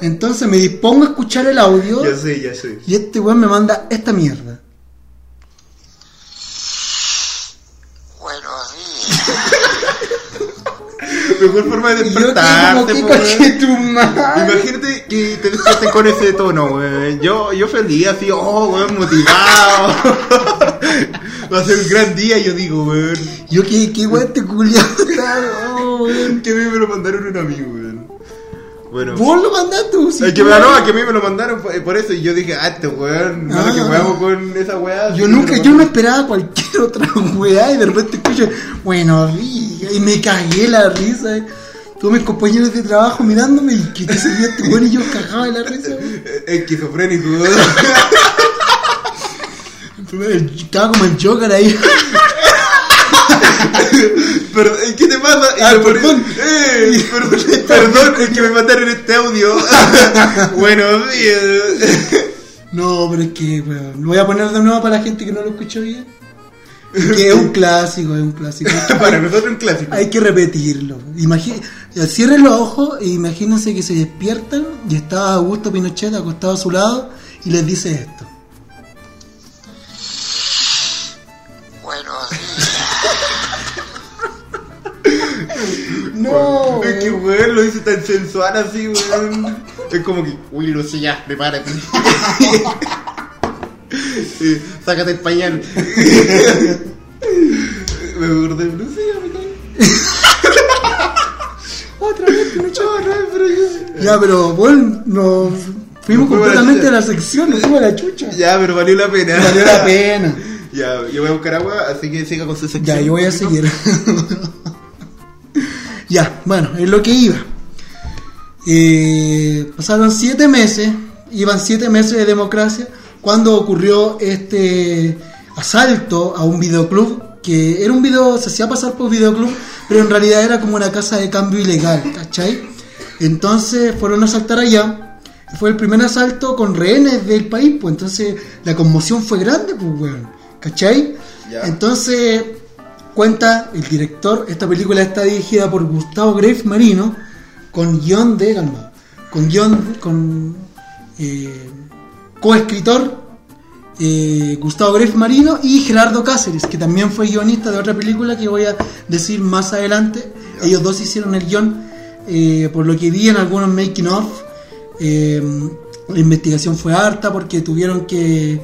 B: Entonces me dispongo a escuchar el audio
A: Ya sé, ya sé.
B: y este weón me manda esta mierda.
C: Buenos días.
A: Mejor forma de
B: Y yo quedé como
A: despertarte,
B: que
A: po,
B: coche
A: weón.
B: tu madre.
A: Imagínate que te despierten con ese tono, weón. Yo, yo feliz, así, oh, weón, motivado. Va a ser un gran día, yo digo, weón.
B: Yo qué, qué weón este culiao está, oh, weón.
A: Que a mí me lo mandaron un amigo, weón. Bueno.
B: Vos lo mandaste, tú, sí,
A: Es que,
B: tú.
A: me- no, es que a mí me lo mandaron por, por eso y yo dije, ah, este weón, no
B: Ah.
A: sé qué huevo con esa weá.
B: Yo
A: así
B: nunca,
A: que
B: yo no
A: me...
B: esperaba cualquier otra weá y de repente escucho, bueno, y me cagué la risa. eh. Todos mis compañeros de trabajo mirándome y que te salía este weón y yo cagaba de la risa. weón.
A: Eh, Esquizofrénico, weón.
B: Estaba como en Joker ahí.
A: Pero, eh, ¿qué te pasa? Y
B: Ah,
A: lo pones-
B: perdón.
A: Eh, perdón, perdón, es que me mandaron este audio. eh, Buenos días.
B: No, pero es que, weón, lo voy a poner de nuevo para la gente que no lo escuchó bien. Que es un clásico, es un clásico.
A: Para nosotros un clásico.
B: Hay que repetirlo. Imagi- eh, Cierren los ojos e imagínense que se despiertan y está Augusto Pinochet acostado a su lado y les dice esto.
C: Buenos días.
B: No,
A: Es que weón lo hizo tan sensual así, weón. Es como que, uy, Lucía, prepárate. Eh, Sácate el pañal. me acordé de Lucía, me caí.
B: otra vez Pinochet.
A: Chorra, pero yo-
B: Ya, pero bueno, nos
A: Nos
B: fuimos
A: fuimos a la
B: completamente
A: chucha.
B: de la sección, nos fuimos a la chucha.
A: Ya, pero valió la pena.
B: Valió la pena.
A: Ya, yo voy a buscar agua, así que siga con su sección.
B: Ya, yo voy a seguir. ya, bueno, es lo que iba. Eh, pasaron siete meses, iban siete meses de democracia, cuando ocurrió este asalto a un videoclub, que era un video, se hacía pasar por videoclub, pero en realidad era como una casa de cambio ilegal, ¿cachai? Entonces fueron a asaltar allá. Fue el primer asalto con rehenes del país, pues entonces la conmoción fue grande, pues, weón. ¿Cachai?
A: Ya.
B: Entonces, cuenta el director, esta película está dirigida por Gustavo Graves Marino, con guión de calma, con guión, con eh, coescritor eh, Gustavo Graves Marino y Gerardo Cáceres, que también fue guionista de otra película que voy a decir más adelante. Ellos dos hicieron el guión, eh, por lo que vi en algunos making of. eh, la investigación fue harta porque tuvieron que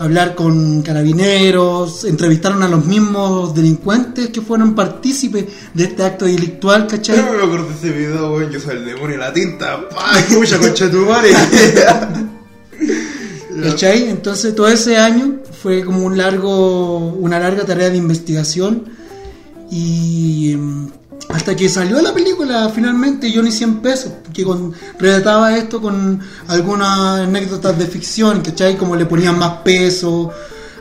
B: hablar con carabineros, entrevistaron a los mismos delincuentes que fueron partícipes de este acto delictual, ¿cachai?
A: Yo me acuerdo de ese este video, weón. Yo soy el demonio de la tinta. ¡Pah! ¡Mucha concha de tu madre!
B: ¿Cachai? Entonces todo ese año fue como un largo, una larga tarea de investigación y em, hasta que salió la película finalmente Johnny 100 pesos, que con, relataba esto con algunas anécdotas de ficción, ¿cachai? Como le ponían más peso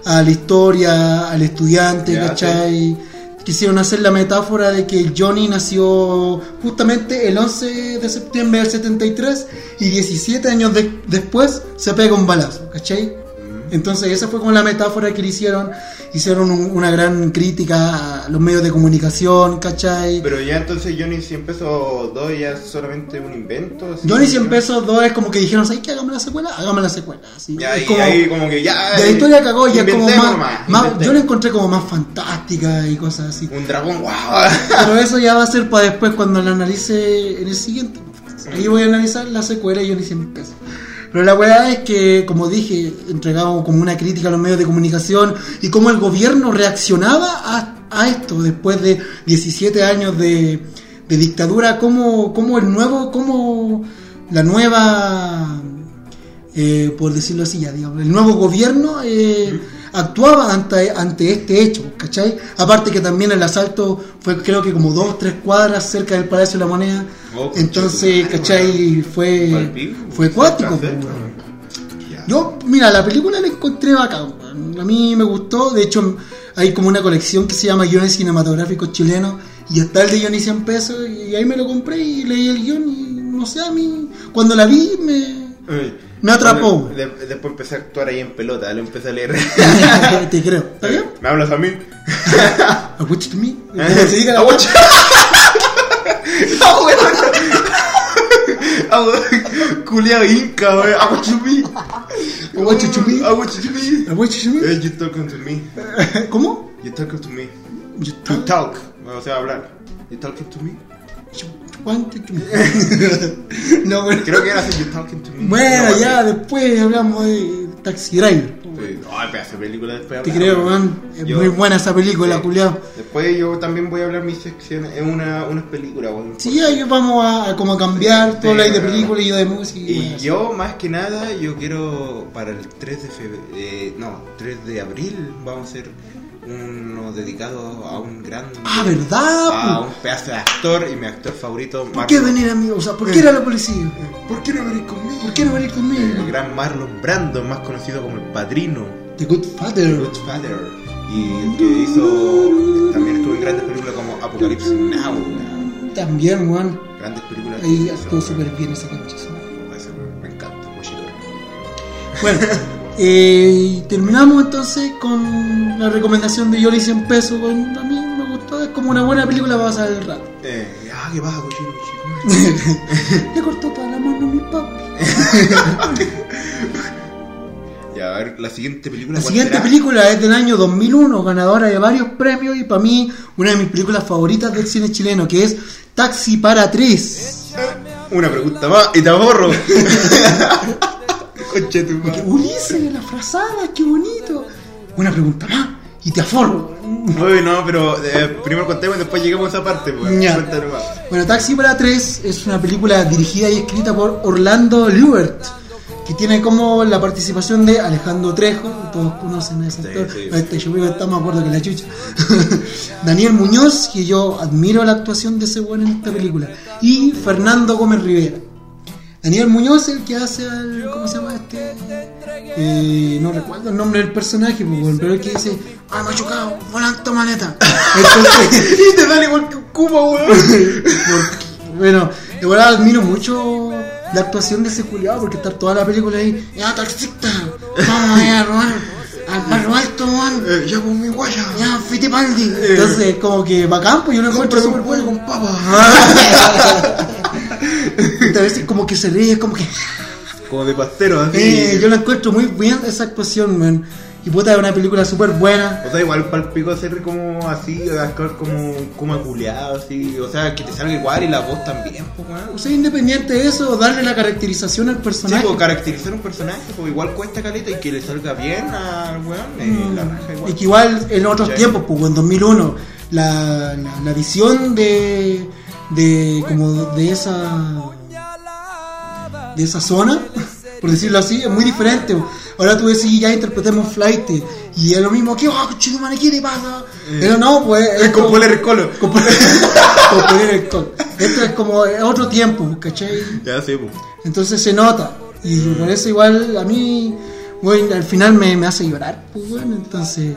B: a la historia, al estudiante,
A: Ya,
B: ¿cachai? Quisieron hacer la metáfora de que Johnny nació justamente el 11 de septiembre del 73 y 17 años de- después se pega un balazo, ¿cachai? Entonces esa fue como la metáfora que le hicieron. Hicieron un- una gran crítica a los medios de comunicación, ¿cachai?
A: Pero ya entonces Johnny 100 pesos 2 ya es solamente un invento. así.
B: Johnny 100 pesos 2 es como que dijeron, ¿sabes qué? Hagamos la secuela, hagamos la secuela. así.
A: Ya,
B: Es
A: y
B: como-
A: ahí como que ya. eh,
B: la historia cagó ya es como
A: inventemos
B: más, más-
A: inventemos.
B: yo la encontré como más fantástica y cosas así.
A: Un dragón, wow.
B: Pero eso ya va a ser para después cuando la analice en el siguiente. podcast. Ahí voy a analizar la secuela y yo ni 100 pesos. Pero la weá es que, como dije, entregamos como una crítica a los medios de comunicación y cómo el gobierno reaccionaba a, a esto después de 17 años de, de dictadura, cómo, cómo el nuevo, cómo la nueva, eh, por decirlo así, ya digamos, el nuevo gobierno eh, actuaba ante, ante este hecho, ¿cachai? Aparte que también el asalto fue creo que como dos, tres cuadras cerca del Palacio de la Moneda,
A: Oh,
B: entonces,
A: conchetumare,
B: ¿cachai? Eh, Fue,
A: Palpico,
B: fue
A: cerca,
B: cuático.
A: cerca.
B: pues, weón.
A: Ya.
B: Yo, mira, la película la encontré bacán. weón. A mí me gustó. De hecho, hay como una colección que se llama Guiones Cinematográficos Chilenos. Y está el de Guion y 100 pesos. Y ahí me lo compré y leí el guión. Y no sé, a mí, cuando la vi, me.
A: Ay.
B: Me atrapó.
A: De- de- después empecé a actuar ahí en pelota, lo empecé a leer.
B: Te creo. ¿Está bien?
A: ¿Me hablas a mí?
B: Aguacha to me.
A: Eh.
B: Se diga la-
A: ¡Aguacha! Culeado Ah, inca, wey. Aguachumí.
B: Aguachuchumí.
A: Aguachumí.
B: Aguacha to me.
A: Eh, You talking to me. Eh.
B: ¿Cómo?
A: You talking to me.
B: You
A: To
B: talk-
A: talk. O sea, hablar. You talking to me.
B: you want to me. No, bueno.
A: Creo que era así. You talking to me.
B: Bueno,
A: No, eh.
B: ya
A: así.
B: después hablamos de Taxi Driver.
A: Sí. Ay, pedazo de película después.
B: Te
A: hablamos.
B: creo, weón. Es
A: Yo-
B: muy buena esa película,
A: Sí.
B: culiao.
A: Después yo también voy a hablar mi sección. Es una, unas películas, weón.
B: Sí, ahí vamos a, a como a cambiar, tú
A: Sí,
B: hablas de
A: claro.
B: películas y yo de música.
A: Y
B: bueno,
A: yo, más que nada, yo quiero para el 3 de febrero, no, 3 de abril, vamos a hacer uno dedicado a un gran.
B: Ah, ¿verdad?
A: A
B: po?
A: un pedazo de actor y mi actor favorito,
B: ¿Por qué venir a mí? O sea, ¿por qué era la policía?
A: ¿Por qué no venís conmigo?
B: ¿Por qué no venir conmigo?
A: El gran Marlon Brando, más conocido como el padrino.
B: The Good Father.
A: Godfather y que hizo también estuvo en grandes películas como Apocalypse Now una-
B: También, weón.
A: grandes películas que
B: Ahí
A: hizo,
B: actuó
A: weón.
B: súper bien esa concha. su madre.
A: Eso, me encanta Washington.
B: Bueno, eh, terminamos entonces con la recomendación de Yoli 100 pesos. weón. a mí me gustó, es como una buena película para pasar el rato.
A: eh, ah qué pasa cochino chico
B: Le cortó toda la mano a mi papi.
A: ya a ver la siguiente película
B: La
A: ¿cuál
B: siguiente
A: será?
B: película es del año 2001, ganadora de varios premios y para mí una de mis películas favoritas del cine chileno, que es Taxi para tres.
A: una pregunta más y te ahorro Concha tu madre.
B: Ulises, la frazada, qué bonito. Una pregunta más y te aforro.
A: Uy, no, pero eh, primero contemos y después llegamos a esa parte. Pues.
B: Ya.
A: Cuéntanos más.
B: Bueno, Taxi para tres es una película dirigida y escrita por Orlando Lubert, que tiene como la participación de Alejandro Trejo, todos conocen a ese
A: Sí,
B: actor,
A: sí.
B: Este, yo creo que está más acuerdo que la chucha, Daniel Muñoz, que yo admiro la actuación de ese bueno en esta película, y Fernando Gómez Rivera. Daniel Muñoz, el que hace al. ¿Cómo se llama este? Eh, no recuerdo el nombre del personaje, pues, weón, pero el que dice: ¡Ah, machucado! ¡Volando maneta! Entonces,
A: Y te sale igual que un Kuma, weón.
B: Por- bueno, igual admiro mucho la actuación de ese culiado porque estar toda la película ahí, ya taxista, vamos a ir a robar al barrio alto, weón,
A: Eh, ya con mi guaya. Eh.
B: ya Fitipaldi. Entonces, como que bacán, pues yo lo encuentro
A: Compra
B: súper
A: un huevo
B: bueno.
A: con papa.
B: Y A veces como que se ríe, como que...
A: Como de pastero, así.
B: Eh, yo la encuentro muy bien esa actuación, man. Y puta, es una película súper buena.
A: O sea, igual palpico hacer como así, actuar como como culeado, así. O sea, que te salga igual y la voz también, pues, weón.
B: O sea, independiente de eso, darle la caracterización al
A: Sí,
B: personaje.
A: pues, caracterizar un personaje, pues igual cuesta caleta y que le salga bien al weón, eh, la raja
B: Mm. Y
A: igual.
B: que igual en otros
A: Sí.
B: tiempos, pues en 2001, la, la, la visión de, de como de esa de esa zona, por decirlo así, es muy diferente. po. Ahora tú decís, ya interpretemos Flight y es lo mismo, que oh, chidumane, ¿qué le pasa? Pero no, pues
A: Eh,
B: esto-
A: con Poler Colo.
B: con poner- con poner el col. Esto es como es otro tiempo, ¿cachai?
A: Ya sí, pues.
B: Entonces se nota. Y por eso igual a mí, bueno, al final me, me hace llorar. Pues bueno, entonces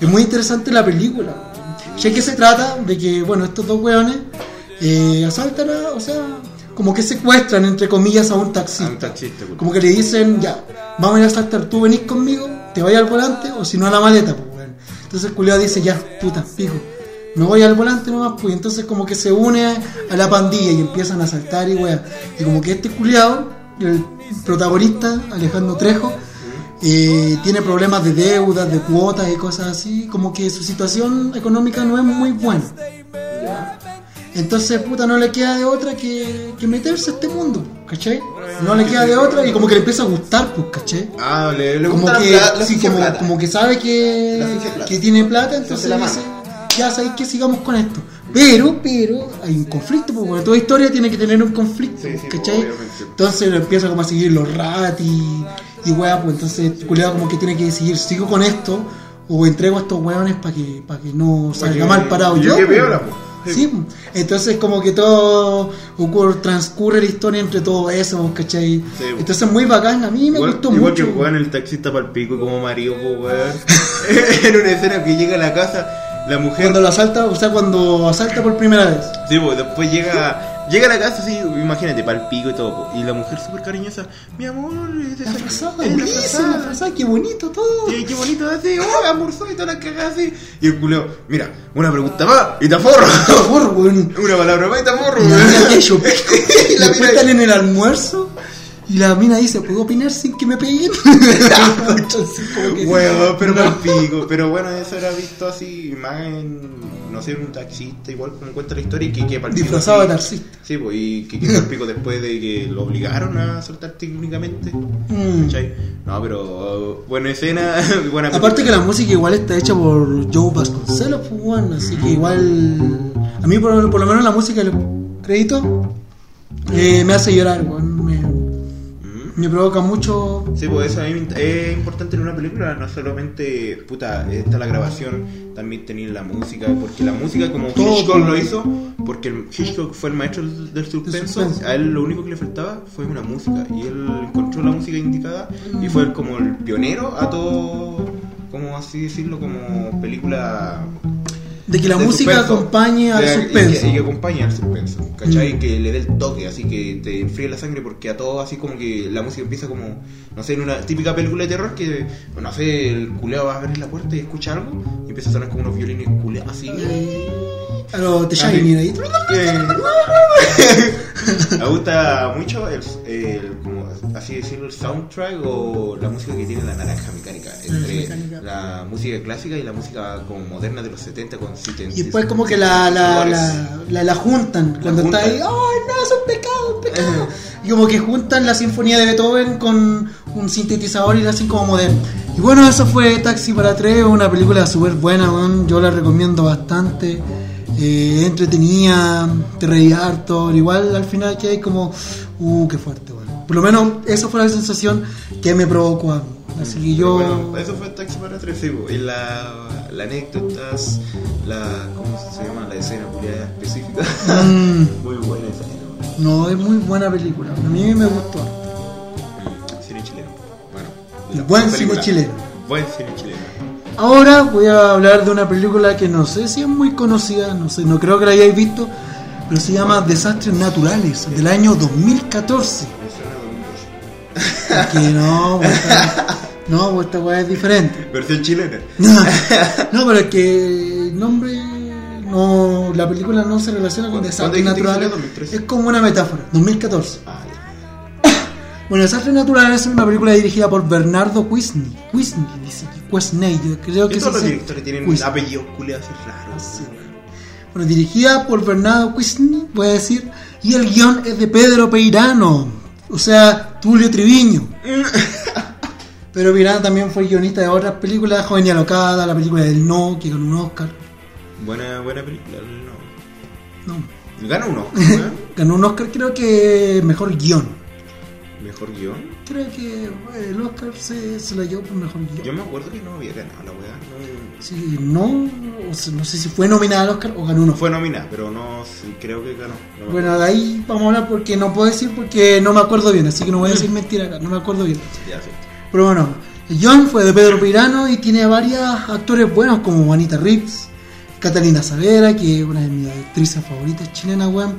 B: es muy interesante la película. Ya que se trata de que, bueno, estos dos weones eh, asaltan, a- o sea, como que secuestran, entre comillas, a un taxista.
A: Un taxista, pues.
B: Como que le dicen, ya, vamos a ir a saltar, tú venís conmigo, te vayas al volante o si no a la maleta, pues, weón. Entonces el culiao dice, ya, puta, pico, me voy al volante nomás, pues. Y entonces como que se une a la pandilla y empiezan a saltar y weón. Y como que este culiado, el protagonista, Alejandro Trejo, eh, tiene problemas de deudas, de cuotas y cosas así, como que su situación económica no es muy buena. Entonces, puta, no le queda de otra que, que meterse a este mundo, ¿cachai? No le queda de otra y como que le empieza a gustar, pues, ¿cachai?
A: Ah, le, le
B: Como
A: gusta
B: que,
A: la, la
B: sí,
A: ciencia
B: como,
A: plata.
B: como que sabe
A: La
B: que,
A: ciencia es plata.
B: que tiene plata,
A: Entonces
B: entonces
A: la
B: dice, ya sabéis que sigamos con esto. Pero, pero, hay un conflicto, porque toda historia tiene que tener un conflicto,
A: Sí, sí,
B: ¿cachai?
A: obviamente.
B: Entonces lo empieza como a seguir los rat y, y weá, pues entonces culiado como que tiene que decidir, sigo con esto o entrego a estos weones para que, pa que no salga
A: que-
B: mal parado
A: yo
B: yo.
A: que
B: pues.
A: viola, pues.
B: Sí, pues. entonces como que todo ocurre, transcurre la historia entre todo eso, pues, ¿cachai?
A: pues.
B: entonces muy bacán, a mí me
A: Igual,
B: gustó
A: igual
B: mucho.
A: que juegan el taxista para el pico como marido, pues, weón. en una escena que llega a la casa, la mujer.
B: Cuando lo asalta, o sea, cuando asalta por primera vez.
A: Sí, pues después llega llega a la casa, sí, imagínate, para el pico y todo. pues, Y la mujer súper cariñosa, mi amor, es
B: La
A: esa-
B: frazada,
A: es la
B: buenísima la
A: frazada".
B: frazada, qué bonito todo.
A: Sí, qué bonito así, oh, amorzo y todas las cagadas así. Y el culo, mira, una pregunta más y te aforro.
B: Por favor, weón.
A: una palabra más y te aforro.
B: Y La
A: weón.
B: mina aquello, pico.
A: Y la
B: Después
A: mina-
B: están en el almuerzo y la mina dice, ¿puedo opinar sin que me peguen? Entonces, como que-
A: Huevo, pero
B: No.
A: mal pico. Pero bueno, eso era visto así, más en, no sé, en un taxista, igual como cuenta la historia, y que, que pa'l pico
B: Disfrazado de
A: así.
B: taxista.
A: Sí, pues, y que quedó el pico después de que lo obligaron a soltar técnicamente.
B: Mm.
A: ¿Cachai? No, pero uh, buena escena, buena
B: Aparte que
A: película.
B: la música igual está hecha por Joe Vasconcelos, pues, weón, así que igual... A mí por, por lo menos la música, el crédito, eh, me hace llorar, weón. Me,
A: Mm.
B: me provoca mucho
A: Sí, pues eso es, im- es importante en una película, no solamente, puta, está la grabación, también tenía la música, porque la música como
B: Todo.
A: Hitchcock lo hizo, porque el- Hitchcock fue el maestro del del suspenso,
B: suspenso.
A: a él lo único que le faltaba fue una música, y él encontró la música indicada y fue el- como el pionero a todo, como así decirlo, como película...
B: de que la
A: de
B: música
A: suspenso.
B: acompañe al
A: De- y que-
B: suspenso.
A: Y que, acompañe al suspenso, ¿cachai?
B: Mm.
A: Que le dé el toque, así que te enfríe la sangre, porque a todos así como que la música empieza como, no sé, en una típica película de terror que, no sé, el culeo va a abrir la puerta y escucha algo y empieza a sonar como unos violines culeados así.
B: A lo The
A: Ah,
B: Shining ahí.
A: que- Me gusta mucho el, el- como así decirlo, el soundtrack o la música que tiene la naranja mecánica, entre
B: mecánica.
A: la música clásica y la música como moderna de los 70 con
B: Y después como que la, la, la, la, la juntan cuando
A: juntan.
B: está ahí, ¡ay no, es un pecado, un pecado! Y como que juntan la sinfonía de Beethoven con un sintetizador y la hacen como moderno. Y bueno, eso fue Taxi para Tres, una película súper buena, weón. yo la recomiendo bastante. Eh, entretenida, te reí harto, pero igual al final que hay como, uh, qué fuerte, bueno. Por lo menos esa fue la sensación que me provocó a mí. Así que yo...
A: Bueno, eso fue Taxi para tres, sí, po. y la, la anécdotas, la, ¿cómo se llama? La escena culiada específica.
B: Mm.
A: Muy buena esa escena, bueno.
B: No, es muy buena película. A mí me gustó.
A: Mm, Cine chileno. Bueno.
B: El
A: la
B: buen
A: película.
B: cine chileno.
A: Buen cine chileno.
B: Ahora voy a hablar de una película que no sé si es muy conocida, no sé, no creo que la hayáis visto, pero se llama Desastres Naturales, del año 2014. Que no, pues, esta- no, pues, esta weá es diferente.
A: Versión chilena.
B: No, pero es que el nombre, no, la película no se relaciona con
A: ¿Cuándo
B: Desastres
A: dijiste que salió?
B: Naturales,
A: 2013.
B: es como una metáfora, 2014.
A: Ah, ya.
B: Bueno, Desastres Naturales es una película dirigida por Bernardo Quisney. Quisney, dice que Quesney, yo creo que
A: Y todos
B: se-
A: los directores tienen
B: Quisney.
A: apellidos culiados y raros.
B: Ah, Sí. Bueno, dirigida por Bernardo Quisney, voy a decir, y el guión es de Pedro Peirano, o sea, Tulio Triviño. Pero Peirano también fue guionista de otras películas, Joven y Alocada, la película del No, que ganó un Oscar.
A: Buena, buena película. No.
B: No,
A: Gana uno. ¿eh?
B: ganó un Oscar, creo que mejor guión.
A: Mejor guión.
B: Creo que eh, el Oscar se, se lo llevó por mejor guión.
A: Yo me acuerdo que no había ganado la weá. no-
B: Sí, no, o sea, no sé si fue nominada al Oscar o ganó un
A: No
B: Oscar.
A: fue nominada, pero no sí, creo que ganó. No me acuerdo.
B: Bueno, de ahí vamos a hablar porque no puedo decir porque no me acuerdo bien, así que no voy a decir mentira acá, no me acuerdo bien.
A: Ya, sí.
B: Pero bueno, el John fue de Pedro Pirano y tiene varios actores buenos como Juanita Rips, Catalina Savera, que es una de mis actrices favoritas chilenas, weón.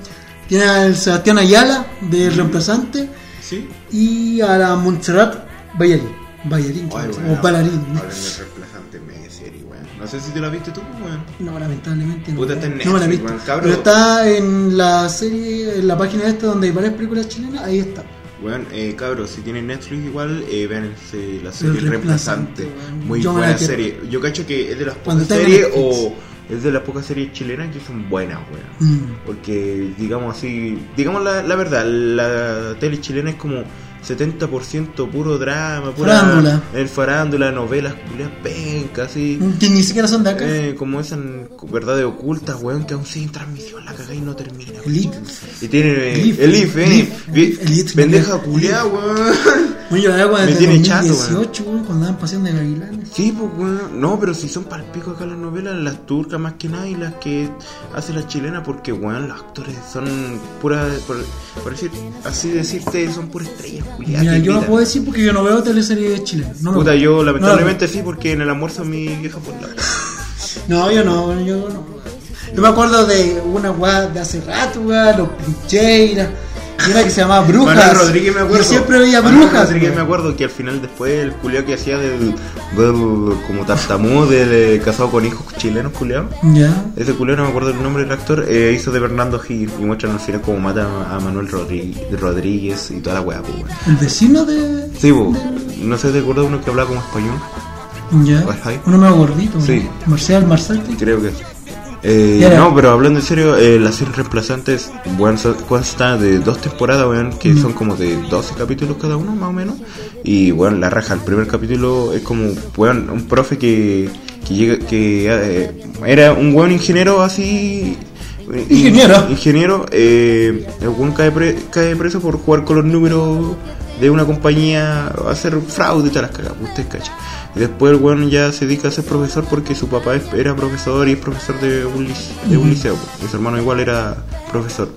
B: Tiene al Sebastián Ayala, de Reemplazante,
A: ¿Sí?
B: y a la Montserrat Ballarín.
A: Ay,
B: Ballarín, o
A: weón,
B: bailarín.
A: Hablan de reemplazante media serie, weón. No sé si te la viste tú, weón.
B: No, lamentablemente no.
A: Puta, está en
B: no me la he
A: Netflix,
B: visto.
A: weón, cabrón.
B: Pero está en la serie, en la página esta donde hay varias películas chilenas, ahí está.
A: Weón, eh, cabros, si tienen Netflix igual, eh, vean eh, la
B: El
A: serie
B: Reemplazante,
A: Reemplazante.
B: weón.
A: Muy
B: Yo me la
A: buena
B: quiero.
A: serie. Yo cacho que es de las
B: Cuando
A: pocas
B: tenga
A: series
B: Netflix.
A: o es de las pocas series chilenas que son buenas, weón.
B: Mm.
A: Porque, digamos así, digamos la, la verdad, la tele chilena es como 70% puro drama, pura,
B: Farándula. Mm.
A: El farándula, novelas, culias pencas, así.
B: Que ni siquiera son de acá.
A: Eh, como esas verdades ocultas, weón, que aún sigue en transmisión, la cagá y no termina. weón.
B: Elite.
A: Y tiene eh,
B: Elite,
A: el IF, eh.
B: Elite,
A: Vi-
B: Elite,
A: Pendeja
B: Elite.
A: culiá, weón.
B: Oye, la agua
A: Me
B: desde
A: tiene chato,
B: 2018, weón, cuando daban pasión de gavilanes.
A: Sí, pues, weón. No, pero si son palpico acá las novelas, las turcas más que nada y las que hace la chilena, porque, weón, los actores son puras, por, por decir, así decirte, son puras estrellas culiá.
B: Mira,
A: que
B: yo no
A: invitan.
B: puedo decir porque yo no veo teleseries chilenas. No me
A: Puta,
B: gusta.
A: yo lamentablemente sí, porque en el almuerzo mi vieja pues, por la.
B: No, yo no, yo no. Yo me acuerdo de una weá de hace rato, weá, los pincheiras. Y una que se llamaba Brujas.
A: Manuel Rodríguez me acuerdo.
B: Yo siempre veía
A: Manuel
B: Brujas.
A: Rodríguez me
B: weón.
A: acuerdo que al final después el culiao que hacía del, del- como tartamudo del eh, casado con hijos chilenos culiao.
B: Ya.
A: Ese culiao no me acuerdo el nombre del actor, eh, hizo de Fernando Gil y muestran al final como mata a Manuel Rodri- Rodríguez y toda la weá, pues, weón.
B: El vecino de.
A: Sí, bo, no sé, ¿te acuerdas uno que hablaba como español?
B: Ya.
A: Ajá.
B: Uno medio gordito.
A: Sí.
B: weón. Marcial, Marcial. ¿qué?
A: Creo que sí. Eh,
B: Ya era.
A: no, pero hablando en serio, eh, la serie Reemplazantes weón, so- consta de dos temporadas, weón, que son como de 12 capítulos cada uno, más o menos. Y bueno, la raja, el primer capítulo es como weón, un profe que, que llega, que eh, era un buen ingeniero así. eh,
B: Ingeniero.
A: Ingeniero, eh, el weón cae, pre- cae preso por jugar con los números de una compañía, a hacer fraude y todas las cagas, usted cacha. Y después el weón ya se dedica a ser profesor porque su papá es- era profesor y es profesor de un, lic- de un liceo, y su hermano igual era profesor.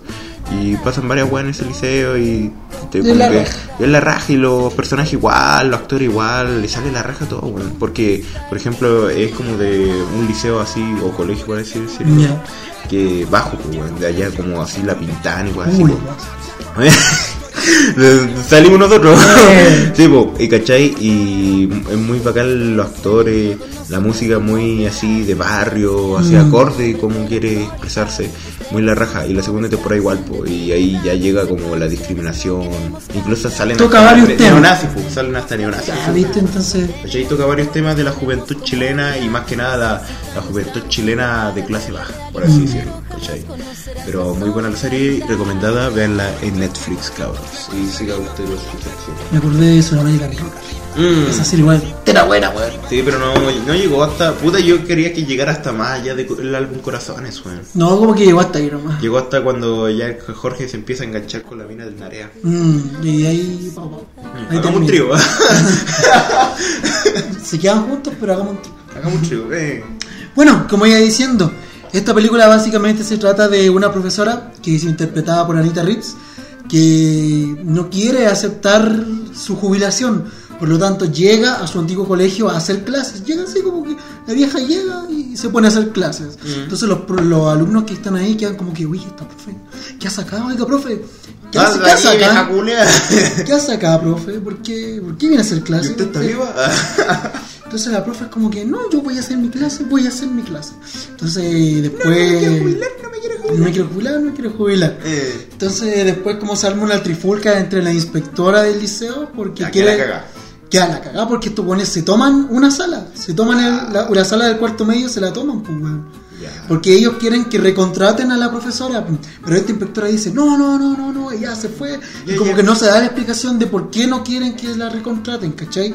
A: Y pasan varias weas en ese liceo y te-
B: Es
A: como
B: la
A: que-
B: raja.
A: es la raja y los personajes igual, los actores igual, le sale la raja a todo, weón. Porque, por ejemplo, es como de un liceo así, o colegio, por así decirlo,
B: Ya.
A: que bajo, pues, weón, de allá como así la pintan y weón, así,
B: Uy,
A: pues. Salimos nosotros.
B: Eh.
A: sí, po, y cachai, y es muy bacán los actores, la música muy así de barrio, así
B: Mm.
A: acorde, como quiere expresarse, muy la raja. Y la segunda temporada igual, po, y ahí ya llega como la discriminación, incluso salen
B: Toca
A: hasta
B: varios
A: ne-
B: temas.
A: neonazis, po, salen hasta neonazis.
B: Ya, viste, entonces.
A: ¿Cachai? Toca varios temas de la juventud chilena y más que nada la, la juventud chilena de clase baja, por así
B: Mm.
A: decirlo. ¿cachai? Pero muy buena la serie, recomendada, veanla en Netflix, cabros. Y siga usted los suscripciones.
B: Me acordé de Sudamérica Rica.
A: Mm.
B: Esa serie igual. Era buena, weón.
A: Sí, pero no, no llegó hasta. Puta, yo quería que llegara hasta más allá del álbum Corazones, weón.
B: No, como que llegó hasta ahí nomás.
A: Llegó hasta cuando ya Jorge se empieza a enganchar con la mina del Narea.
B: Mm, y ahí, pa, pa. ahí
A: Mm. Hagamos un
B: termina.
A: trío, ¿eh?
B: Se quedan juntos, pero hagamos un trío.
A: Hagamos un trío, eh.
B: Bueno, como iba diciendo, esta película básicamente se trata de una profesora que es interpretada por Anita Rips que no quiere aceptar su jubilación Por lo tanto, llega a su antiguo colegio a hacer clases. Llega así como que la vieja llega y se pone a hacer clases.
A: Mm.
B: Entonces los, pro- los alumnos que están ahí quedan como que, uy, esta profe, ¿qué has acá? Oiga, profe, ¿qué has,
A: Hazla
B: qué hace
A: ahí,
B: acá?
A: vieja culia.
B: ¿Qué hace acá, profe? ¿Por qué, ¿Por qué viene a hacer
A: ¿Y
B: clases?
A: usted está
B: Eh,
A: viva?
B: Entonces la profe es como que, no, yo voy a hacer mi clase, voy a hacer mi clase. Entonces
A: No me quiero
B: después...
A: jubilar, no me quiero
B: No
A: jubilar.
B: me quiero jubilar, no me quiero jubilar.
A: Eh,
B: Entonces después como se arma una trifulca entre la inspectora del liceo porque
A: ya, que
B: quiere...
A: la caga.
B: Queda la cagada porque estos buenos se toman una sala. Se toman el- la, la sala del cuarto medio, se la toman, pues, weón.
A: Ya.
B: Porque ellos quieren que recontraten a la profesora. Pero esta inspectora dice, no, no, no, no, no, ella se fue. Y
A: Ya,
B: como
A: ya.
B: que no se da la explicación de por qué no quieren que la recontraten, ¿cachai?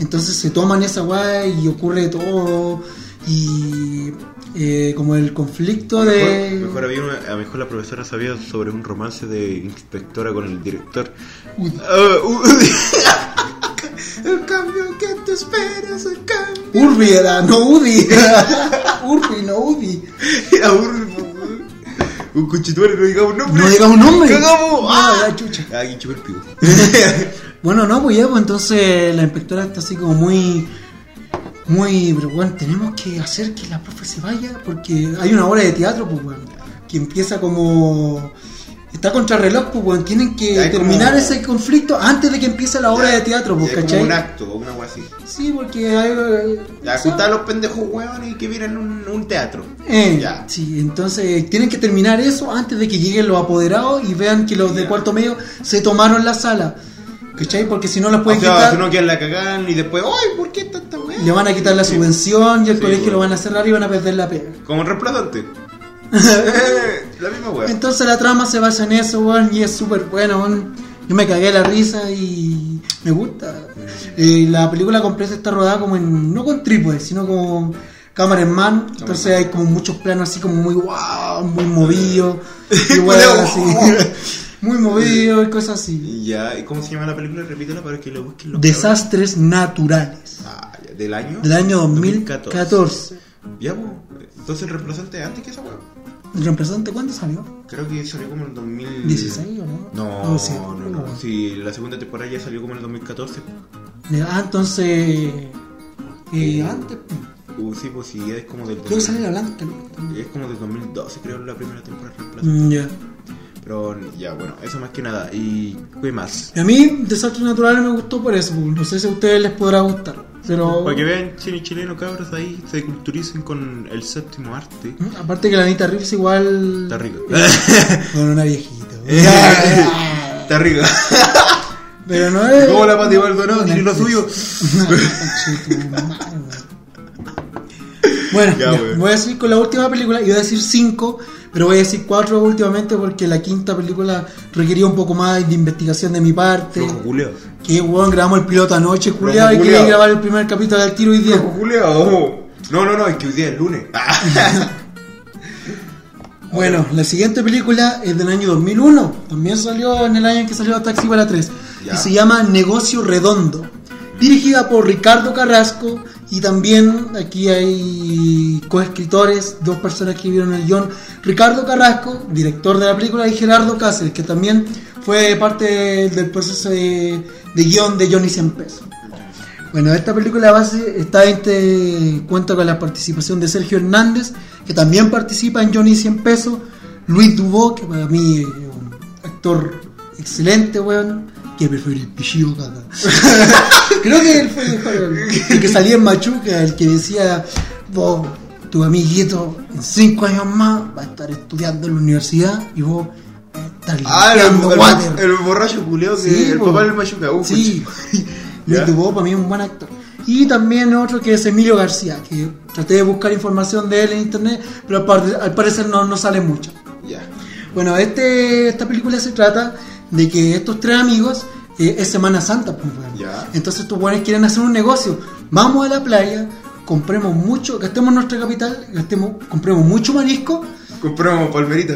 B: Entonces se toman esa weá y ocurre todo. Y eh, como el conflicto de...
A: Mejor, mejor había una- a lo mejor la profesora sabía sobre un romance de inspectora con el director.
B: Uy.
A: Ah, uh, el cambio que te esperas, el cambio.
B: Urbi era, no Udi. Urbi, no Udi.
A: Era un, un conchetumare, no digamos nombre.
B: No diga un nombre.
A: ¡Cagamos!
B: No,
A: ¡Ah!
B: la chucha.
A: Ah, que chupé el pico.
B: Bueno, no, pues ya, pues entonces la inspectora está así como muy. Muy, pero bueno, tenemos que hacer que la profe se vaya porque hay una obra de teatro, pues bueno, que empieza como. Está contra reloj, pues bueno, tienen que
A: Ya, es
B: terminar
A: como-
B: ese conflicto antes de que empiece la obra de teatro, pues,
A: Ya, es como
B: ¿cachai?
A: un acto, o una wea así.
B: Sí, porque hay.
A: Ya,
B: o sea,
A: juntar a los pendejos hueones y que vieran un, un teatro.
B: eh,
A: Ya.
B: Sí, entonces tienen que terminar eso antes de que lleguen los apoderados y vean que los de
A: Ya.
B: cuarto medio se tomaron la sala. ¿Cachai? Porque si no los
A: O
B: pueden
A: sea,
B: quitar.
A: Ah, si no quieren la cagan y después, ¡ay, por qué tanta wea!
B: Le van a quitar la subvención y el
A: Sí,
B: colegio
A: bueno.
B: lo van a cerrar y van a perder la pega.
A: Como reemplazante. Eh, la misma wea.
B: Entonces la trama se basa en eso, weón, y es súper bueno, weón. Yo me cagué la risa y me gusta. Eh, la película completa está rodada como en, no con trípode, sino como cámara en mano. Entonces hay como muchos planos así como muy wow, muy movidos. Y weón, así. muy movido y cosas así.
A: Ya, ¿y cómo se llama la película? Repítela para que la busquen los
B: Desastres naturales.
A: cabros. Ah, ya, del año.
B: Del año
A: 2014.
B: 2014.
A: Ya, pues. Entonces el reemplazante antes que esa wea.
B: ¿El representante cuándo salió?
A: Creo que salió como en el 2000...
B: 16 o no?
A: No,
B: O sea,
A: no, no,
B: no.
A: Sí, la segunda temporada ya salió como en el 2014.
B: Ah, entonces. eh, antes.
A: Uh, sí, pues sí, es como del...
B: Creo que sale hablando también.
A: Es como del 2012, creo, la primera temporada de reemplazante.
B: Mm, ya.
A: Pero ya, bueno, eso más que nada. ¿Y qué más?
B: A mí, Desastres Naturales me gustó por eso. pues, No sé si a ustedes les podrá gustar. Pero.
A: Para que vean, chile chileno, cabros, ahí se culturicen con el séptimo arte.
B: Mm, Aparte que la Anita Reeves igual.
A: Está rico.
B: Con una viejita.
A: Está rico.
B: pero no es.
A: Como la Pati Maldonado,
B: no
A: tiene lo
B: es-
A: suyo.
B: Conchetumare, Bueno,
A: Ya,
B: ya,
A: weón.
B: voy a decir con la última película, iba a decir cinco, pero voy a decir cuatro últimamente porque la quinta película requería un poco más de investigación de mi parte.
A: Flojo culeo.
B: Que weón, grabamos el piloto anoche, culiado, y
A: culiao.
B: quería grabar el primer capítulo del tiro hoy día.
A: Flojo culeo. No, no, no, es que hoy día es lunes.
B: Bueno, la siguiente película es del año 2001, también salió en el año en que salió Taxi para 3,
A: Ya.
B: y se llama Negocio Redondo, dirigida por Ricardo Carrasco, y también aquí hay coescritores, dos personas que vieron el guión, Ricardo Carrasco, director de la película, y Gerardo Cáceres, que también fue parte del proceso de, de guión de Johnny Sempes. Bueno, esta película base está este, cuenta con la participación de Sergio Hernández, que también participa en Johnny 100 pesos, Luis Dubó, que para mí es un actor excelente, weón, que prefiero el pichillo caca. Creo que él fue el mejor, el que salía en Machuca, el que decía, vos, tu amiguito, en cinco años más va a estar estudiando en la universidad y vos vas a estar
A: Ah, el,
B: limpiando water".
A: el- el borracho culeo que
B: Sí,
A: el
B: po.
A: papá del machuca. Uh,
B: Sí,
A: Ya.
B: Luis Dubó para mí es un buen actor. Y también otro que es Emilio García, que traté de buscar información de él en internet, pero al, par- al parecer no, no sale mucho.
A: pucha. Ya.
B: Bueno, este, esta película se trata de que estos tres amigos eh, es Semana Santa, pues, bueno.
A: Ya.
B: entonces estos buenos quieren hacer un negocio. Vamos a la playa, compremos mucho, gastemos nuestra capital, gastemos, compremos mucho marisco,
A: Compramos palmerita.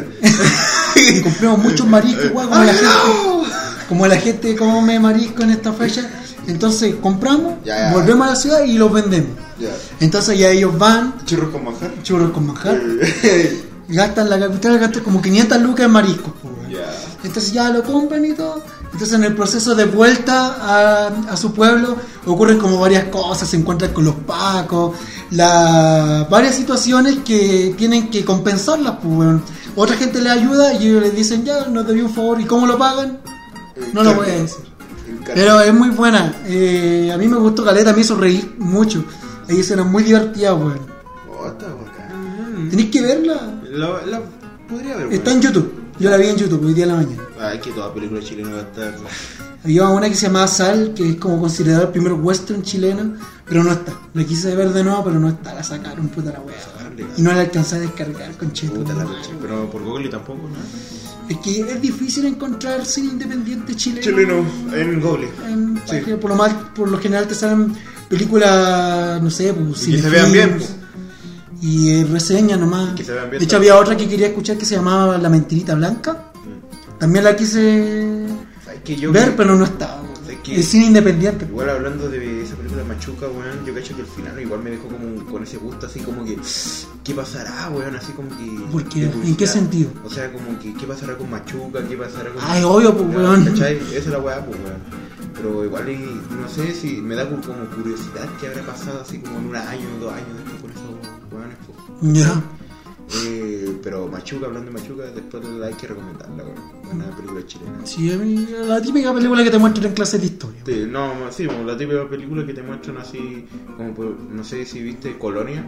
B: compremos mucho marisco, weón, como la
A: ¡Ay,
B: gente.
A: Eh, ¡Ah, no!
B: Como la gente come marisco en esta fecha, entonces compramos,
A: Ya, ya.
B: volvemos a la ciudad y los vendemos.
A: Ya.
B: Entonces ya ellos van,
A: Churros con manjar.
B: churros con manjar,
A: Eh.
B: gastan la capital, gastan como 500 lucas en mariscos. po, weón.
A: ya.
B: Entonces ya lo compran y todo, Entonces en el proceso de vuelta a, a su pueblo ocurren como varias cosas, se encuentran con los pacos, la, varias situaciones que tienen que compensarlas. Pues, weón. Otra gente le ayuda y ellos les dicen, ya, nos debió un favor. ¿Y cómo lo pagan? No lo voy a decir. Pero es muy buena. Eh, a mí me gustó Caleta, me hizo reír mucho. Hay escenas muy divertidas, weón.
A: Oh, está bacán.
B: Tenéis que verla.
A: Lo- la podría ver.
B: Está en YouTube. Yo la vi en YouTube hoy día en la mañana.
A: Ay, que toda película chilena va a estar.
B: Había una que se llamaba Sal, que es como considerada el primer western chileno, pero no está. La quise ver de nuevo, pero no está. La sacaron, puta la weá. Y no la alcancé a descargar, conchito.
A: Puta la concha, Pero por Google tampoco, ¿no?
B: Es que es difícil encontrar cine independiente chileno.
A: en Google.
B: En-
A: Sí.
B: por, lo mal, por lo general te salen películas, no sé, pues,
A: Y que se
B: cinefilms,
A: vean bien, pues.
B: Y eh, reseñas nomás.
A: Y que se vean bien
B: de hecho,
A: también.
B: había otra que quería escuchar que se llamaba La Mentirita Blanca. También la quise
A: Ay, que Mm. yo.
B: ver, pero no estaba.
A: Es que-
B: Es cine independiente.
A: Igual hablando de esa película Machuca, weón, yo cacho que el final igual me dejó como con ese gusto así como que ¿qué pasará, weón? Así como que.
B: ¿Por qué?
A: de
B: ¿En
A: curiosidad.
B: qué sentido?
A: O sea, como que ¿qué pasará con Machuca? ¿Qué pasará con
B: Ay, obvio, pues,
A: Ya,
B: weón.
A: ¿Cachai? Esa es la weá, pues weón. Pero igual y- no sé si me da como como curiosidad qué habrá pasado así como en un año o dos años después con esos weones, pues.
B: Ya.
A: Eh, pero Machuca, hablando de Machuca, después la hay que recomendarla, weón. Una película chilena.
B: Sí, a mí- la típica película que te muestran en clases de historia.
A: Sí, Este, no, ma- sí, como la típica película que te muestran así, como por- no sé si viste Colonia,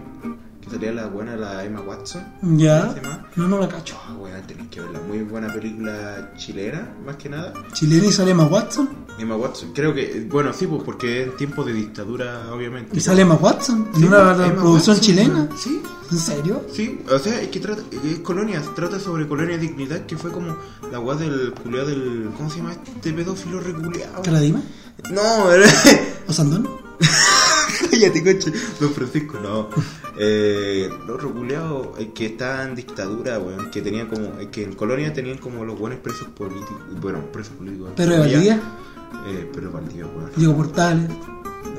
A: que salía la buena, la Emma Watson.
B: Ya.
A: ¿Sí, ma?
B: No, no la cacho.
A: Ah, weón, tenés que verla. Muy buena película chilena, más que nada.
B: Chilena y sale Emma Watson.
A: Emma Watson, creo que, bueno, sí, pues porque es tiempo de dictadura, obviamente.
B: Y sale Emma Watson. En
A: Sí,
B: una
A: pues, Emma
B: producción
A: Watson,
B: chilena.
A: weón. Sí,
B: ¿En serio?
A: Sí, o sea, es que trata, es Colonia, trata sobre Colonia Dignidad, que fue como la weá del culiado del. ¿Cómo se llama este pedófilo reculeado?
B: ¿Cara Dima?
A: No,
B: ¿O Sandón?
A: cállate, coche. Don Francisco, no. Eh, los reculeados eh, que estaban en dictadura, weón, que tenían como. eh, que en Colonia tenían como los buenos presos políticos. Bueno, presos políticos.
B: Pero de
A: Allá,
B: Valdivia,
A: Eh, pero Valdivia, weón.
B: Diego Portales.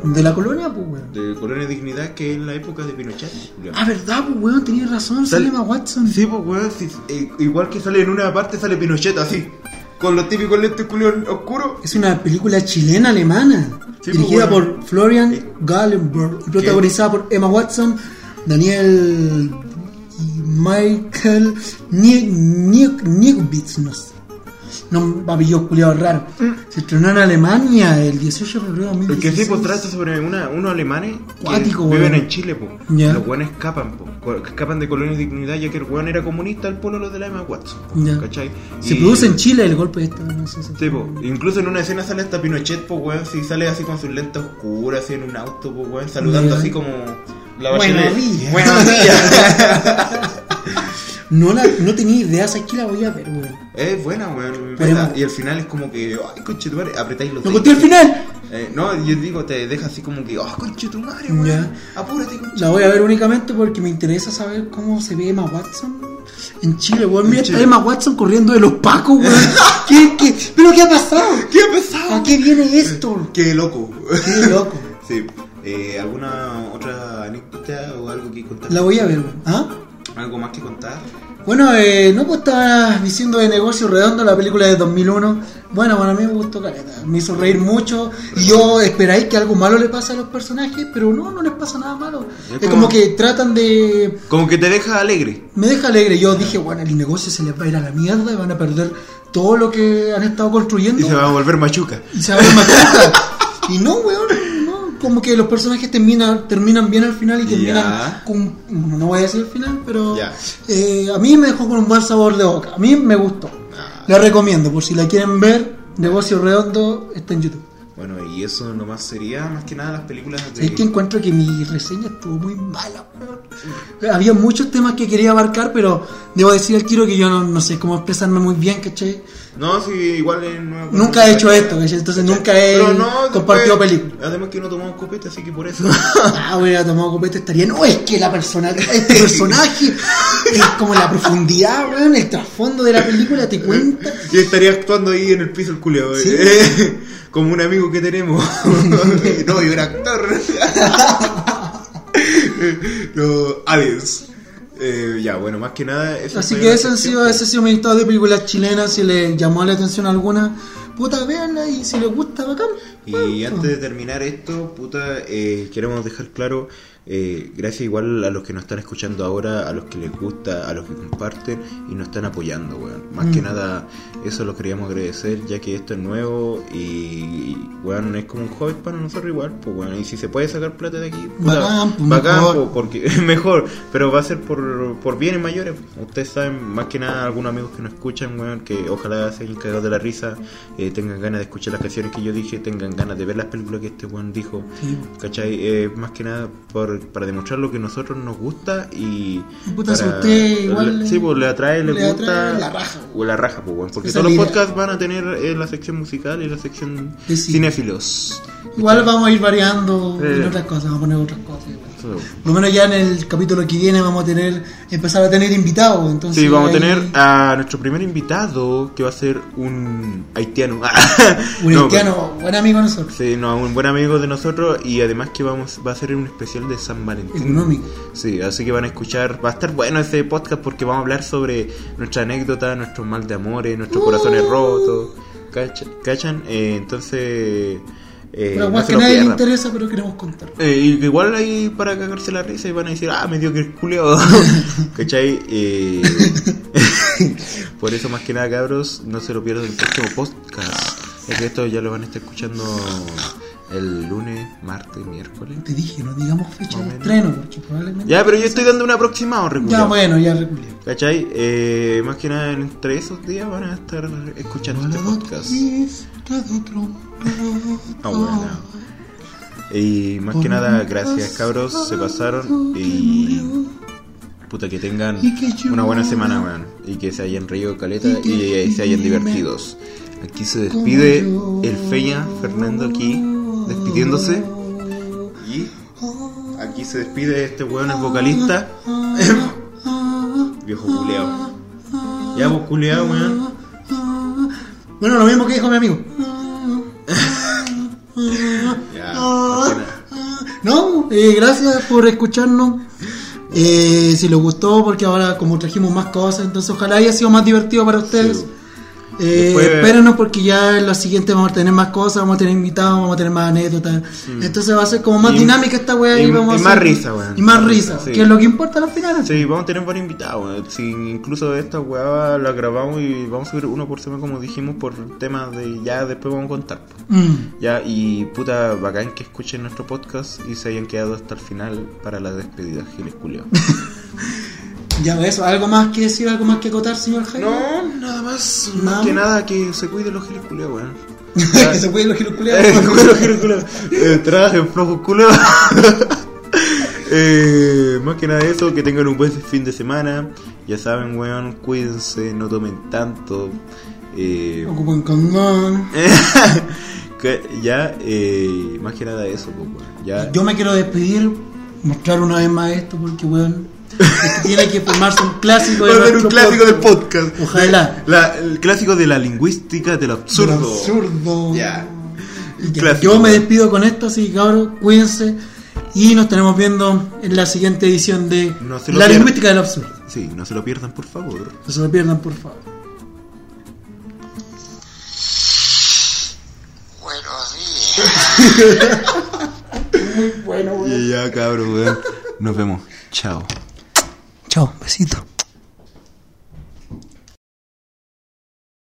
B: De la colonia, pues, weón.
A: De Colonia Dignidad, que es la época de Pinochet. culiao.
B: Ah, verdad, pues, weón, tenías razón,
A: Sale-
B: sale Emma Watson.
A: Sí, pues, weón, sí, eh, igual que sale en una parte, sale Pinochet así, con los típicos lentes culión oscuros.
B: Es una película chilena-alemana.
A: Sí,
B: dirigida
A: pues, weón.
B: por Florian
A: Eh,
B: Gallenberg. y Protagonizada por Emma Watson, Daniel. y Michael Nie- Nie- Niekwitz, no sé. No, papillo culiado raro.
A: Mm.
B: Se estrenó en Alemania el 18 de febrero de
A: Porque
B: 2016.
A: sí, pues trata sobre una, unos alemanes que
B: Cuático,
A: viven
B: weón.
A: en Chile, pues.
B: Ya.
A: Los weones escapan, pues. co- Escapan de Colonia Dignidad, ya que el weón era comunista, el polo lo de la Emma Watson. po,
B: Ya.
A: ¿Cachai?
B: Se
A: Y-
B: produce en Chile el golpe este, no sé si-
A: Sí, po. Incluso en una escena sale hasta Pinochet, pues, weón, si sale así con sus lentes oscuras, así en un auto, pues, weón, saludando
B: Ya.
A: así como. La
B: Buenos
A: Bachelet.
B: días.
A: Buenos días.
B: No, la, no tenía idea, ¿sabes que la voy a ver, weón?
A: es buena, weón.
B: Pero-
A: verdad. Y el final es como que, ay, coche, apretáis los
B: ¡Lo
A: dedos.
B: conté al final!
A: Eh, no, yo digo, te deja así como que, oh, conche tu madre, weón.
B: Ya.
A: Apúrate, conche.
B: La voy a ver únicamente porque me interesa saber cómo se ve Emma Watson en Chile, weón.
A: En
B: Mira,
A: Chile.
B: está Emma Watson corriendo de los pacos, weón. ¿Qué, qué? ¿Pero qué ha pasado?
A: ¿Qué ha pasado?
B: ¿A qué viene esto?
A: Qué loco.
B: Qué loco.
A: sí. Eh, ¿Alguna otra anécdota o algo que contar?
B: La voy a ver, weón. ¿Ah?
A: ¿Algo más que contar?
B: Bueno, eh, no pues estabas diciendo de negocio redondo la película de 2001. Bueno, bueno, a mí me gustó caleta, me hizo reír mucho. Y yo esperáis que algo malo le pase a los personajes, pero no, no les pasa nada malo.
A: Es
B: Es,
A: como-
B: como... que tratan de.
A: Como que te deja alegre.
B: Me deja alegre. Yo dije, bueno, el negocio se les va a ir a la mierda y van a perder todo lo que han estado construyendo.
A: Y se va a volver machuca.
B: Y se va a ver machuca. y no, weón, no. Como que los personajes terminan, terminan bien al final y terminan
A: Ya.
B: con. bueno, no voy a decir el final, pero.
A: Ya.
B: eh, a mí me dejó con un buen sabor de boca. A mí me gustó.
A: Ah.
B: La recomiendo, por si la quieren ver, Negocio Redondo está en YouTube.
A: Bueno, y eso nomás sería más que nada las películas de.
B: Es que encuentro que mi reseña estuvo muy mala, weón. Había muchos temas que quería abarcar, pero debo decir al tiro que yo no, no sé cómo expresarme muy bien, ¿cachai?
A: No, sí, igual es nuevo.
B: Nunca he hecho esto, ¿cachai? Entonces nunca he
A: Pero no,
B: compartido
A: después-
B: películas.
A: Además que no tomamos copete, así que por eso.
B: Ah, hubiera tomado copete estaría. No, es que la persona, este personaje es como la profundidad, weón, el trasfondo de la película te cuenta.
A: Y estaría actuando ahí en el piso el culiao,
B: Sí.
A: eh, como un amigo que tenemos. no, yo era actor. no, Alex. Eh, ya, bueno, más que nada. eso
B: Así
A: fue
B: que
A: una
B: ese ha
A: sección,
B: sido,
A: po.
B: ese ha sido mi listado de películas chilenas. Si les llamó la atención alguna, puta, véanla y si les gusta, bacán.
A: Y antes de terminar esto, puta, eh, queremos dejar claro, eh, gracias igual a los que nos están escuchando ahora, a los que les gusta, a los que comparten y nos están apoyando, weón. Más que
B: Mm.
A: nada, eso lo queríamos agradecer, ya que esto es nuevo y, weón, es como un hobby para nosotros igual, pues, weón. Y si se puede sacar plata de aquí, puta,
B: Bacán, pues,
A: bacán,
B: mejor.
A: pues, porque mejor, pero va a ser por, por bienes mayores. Ustedes saben, más que nada, algunos amigos que nos escuchan, weón, que ojalá se hayan cagado de la risa, eh, tengan ganas de escuchar las canciones que yo dije, tengan ganas de ver las películas que este weón dijo.
B: Sí.
A: ¿Cachai? Eh, más que nada por- para demostrar lo que a nosotros nos gusta y.
B: Puta, si
A: para-
B: usted igual
A: le- sí, pues le atrae, le,
B: le
A: gusta.
B: atrae la raja.
A: O la raja, pues, weón. Porque
B: Esa
A: todos los
B: vida.
A: podcasts van a tener eh, la sección musical y la sección
B: De cine.
A: cinéfilos.
B: Igual vamos a ir variando en
A: Eh.
B: otras cosas, vamos a poner otras cosas. igual.
A: Eso.
B: Por lo menos ya en el capítulo que viene vamos a tener, empezar a tener invitados. Entonces
A: Sí, vamos a
B: ahí-
A: tener a nuestro primer invitado, que va a ser un haitiano.
B: un
A: No,
B: haitiano, buen amigo de nosotros.
A: Sí, no, un buen amigo de nosotros y además que vamos va a ser un especial de San Valentín.
B: Económico.
A: Sí, así que van a escuchar, va a estar bueno ese podcast porque vamos a hablar sobre nuestra anécdota, nuestro mal de amores, nuestros
B: Uh.
A: corazones rotos. ¿Cacha- ¿Cachan? Eh, entonces... eh,
B: Pero
A: no
B: igual
A: se
B: que
A: lo
B: nadie le
A: pierdan.
B: interesa, pero queremos contar.
A: Eh, y que igual ahí para cagarse la risa y van a decir, ah, me dio que el culeo. ¿Cachai? Eh, por eso, más que nada, cabros, no se lo pierdan el próximo podcast. Es que esto ya lo van a estar escuchando el lunes, martes, miércoles.
B: Te dije, no digamos fecha
A: Más o
B: de
A: menos.
B: estreno, porque probablemente.
A: Ya, pero yo estoy dando un aproximado,
B: Ya,
A: recuerdo.
B: bueno, ya reculé.
A: ¿Cachai? Eh, más que nada, entre esos días van a estar escuchando este podcast. Ah, bueno. Y más que nada, gracias, cabros, se pasaron y Puta, que tengan
B: Y que yo-
A: una buena semana, man. Y que se hayan reído caleta
B: Y
A: y,
B: que
A: eh, se hayan
B: vivan
A: divertidos. Aquí se despide
B: Como yo.
A: el Feña Fernando aquí, despidiéndose. Y aquí se despide este weón, el vocalista. Viejo culeado. Ya vos culeado, weón.
B: Bueno, lo mismo que dijo mi amigo.
A: Ya, más que nada.
B: No, eh, gracias por escucharnos. Eh, si les gustó, porque ahora como trajimos más cosas, entonces ojalá haya sido más divertido para ustedes.
A: Sí.
B: Eh,
A: Después-
B: espérenos porque ya en la siguiente vamos a tener más cosas, vamos a tener invitados, vamos a tener más anécdotas. Entonces va a ser como más
A: Y-
B: dinámica esta weá
A: y-
B: vamos a
A: y
B: hacer-
A: más risa, weón.
B: Y más risa,
A: Sí.
B: que es lo que importa al final.
A: Sí, vamos a tener varios invitados. weón. Si incluso esta weá la grabamos y vamos a subir uno por semana, como dijimos, por temas de ya después vamos a contar. po.
B: Mm.
A: Ya, y puta, bacán que escuchen nuestro podcast y se hayan quedado hasta el final para la despedida, Giles Culio.
B: Ya eso, ¿algo más que decir, algo más que acotar, señor Jaime?
A: nada más.
B: Nada
A: Más que
B: más.
A: nada, que se cuiden los Giles Culio, weón.
B: que se pueden los
A: Eh, se cuiden
B: giroculeados.
A: los Giles Culio. Eh, Trabajen flojo culo. Eh, más que nada eso, que tengan un buen fin de semana. Ya saben, weón, cuídense, no tomen tanto. Eh,
B: Ocupen condón.
A: que ya, eh, más que nada eso, pues, weón. Ya,
B: Yo me quiero despedir, mostrar una vez más esto, porque weón, es que tiene que formarse un clásico de
A: Va a haber un
B: nuestro
A: clásico del
B: podcast.
A: podcast.
B: Ojalá.
A: La- el clásico de la lingüística del absurdo.
B: Del absurdo.
A: Ya.
B: Y ya,
A: Clásico.
B: Yo me despido con esto, así que cabrón, cuídense. Y nos tenemos viendo en la siguiente edición de
A: No se lo
B: La
A: pierdan.
B: Lingüística del Absurdo.
A: Sí, no se lo pierdan, por favor.
B: No se lo pierdan, por favor.
C: Buenos días.
B: Bueno,
A: Y ya, cabrón, weón. Nos vemos. Chao.
B: Chao, besito.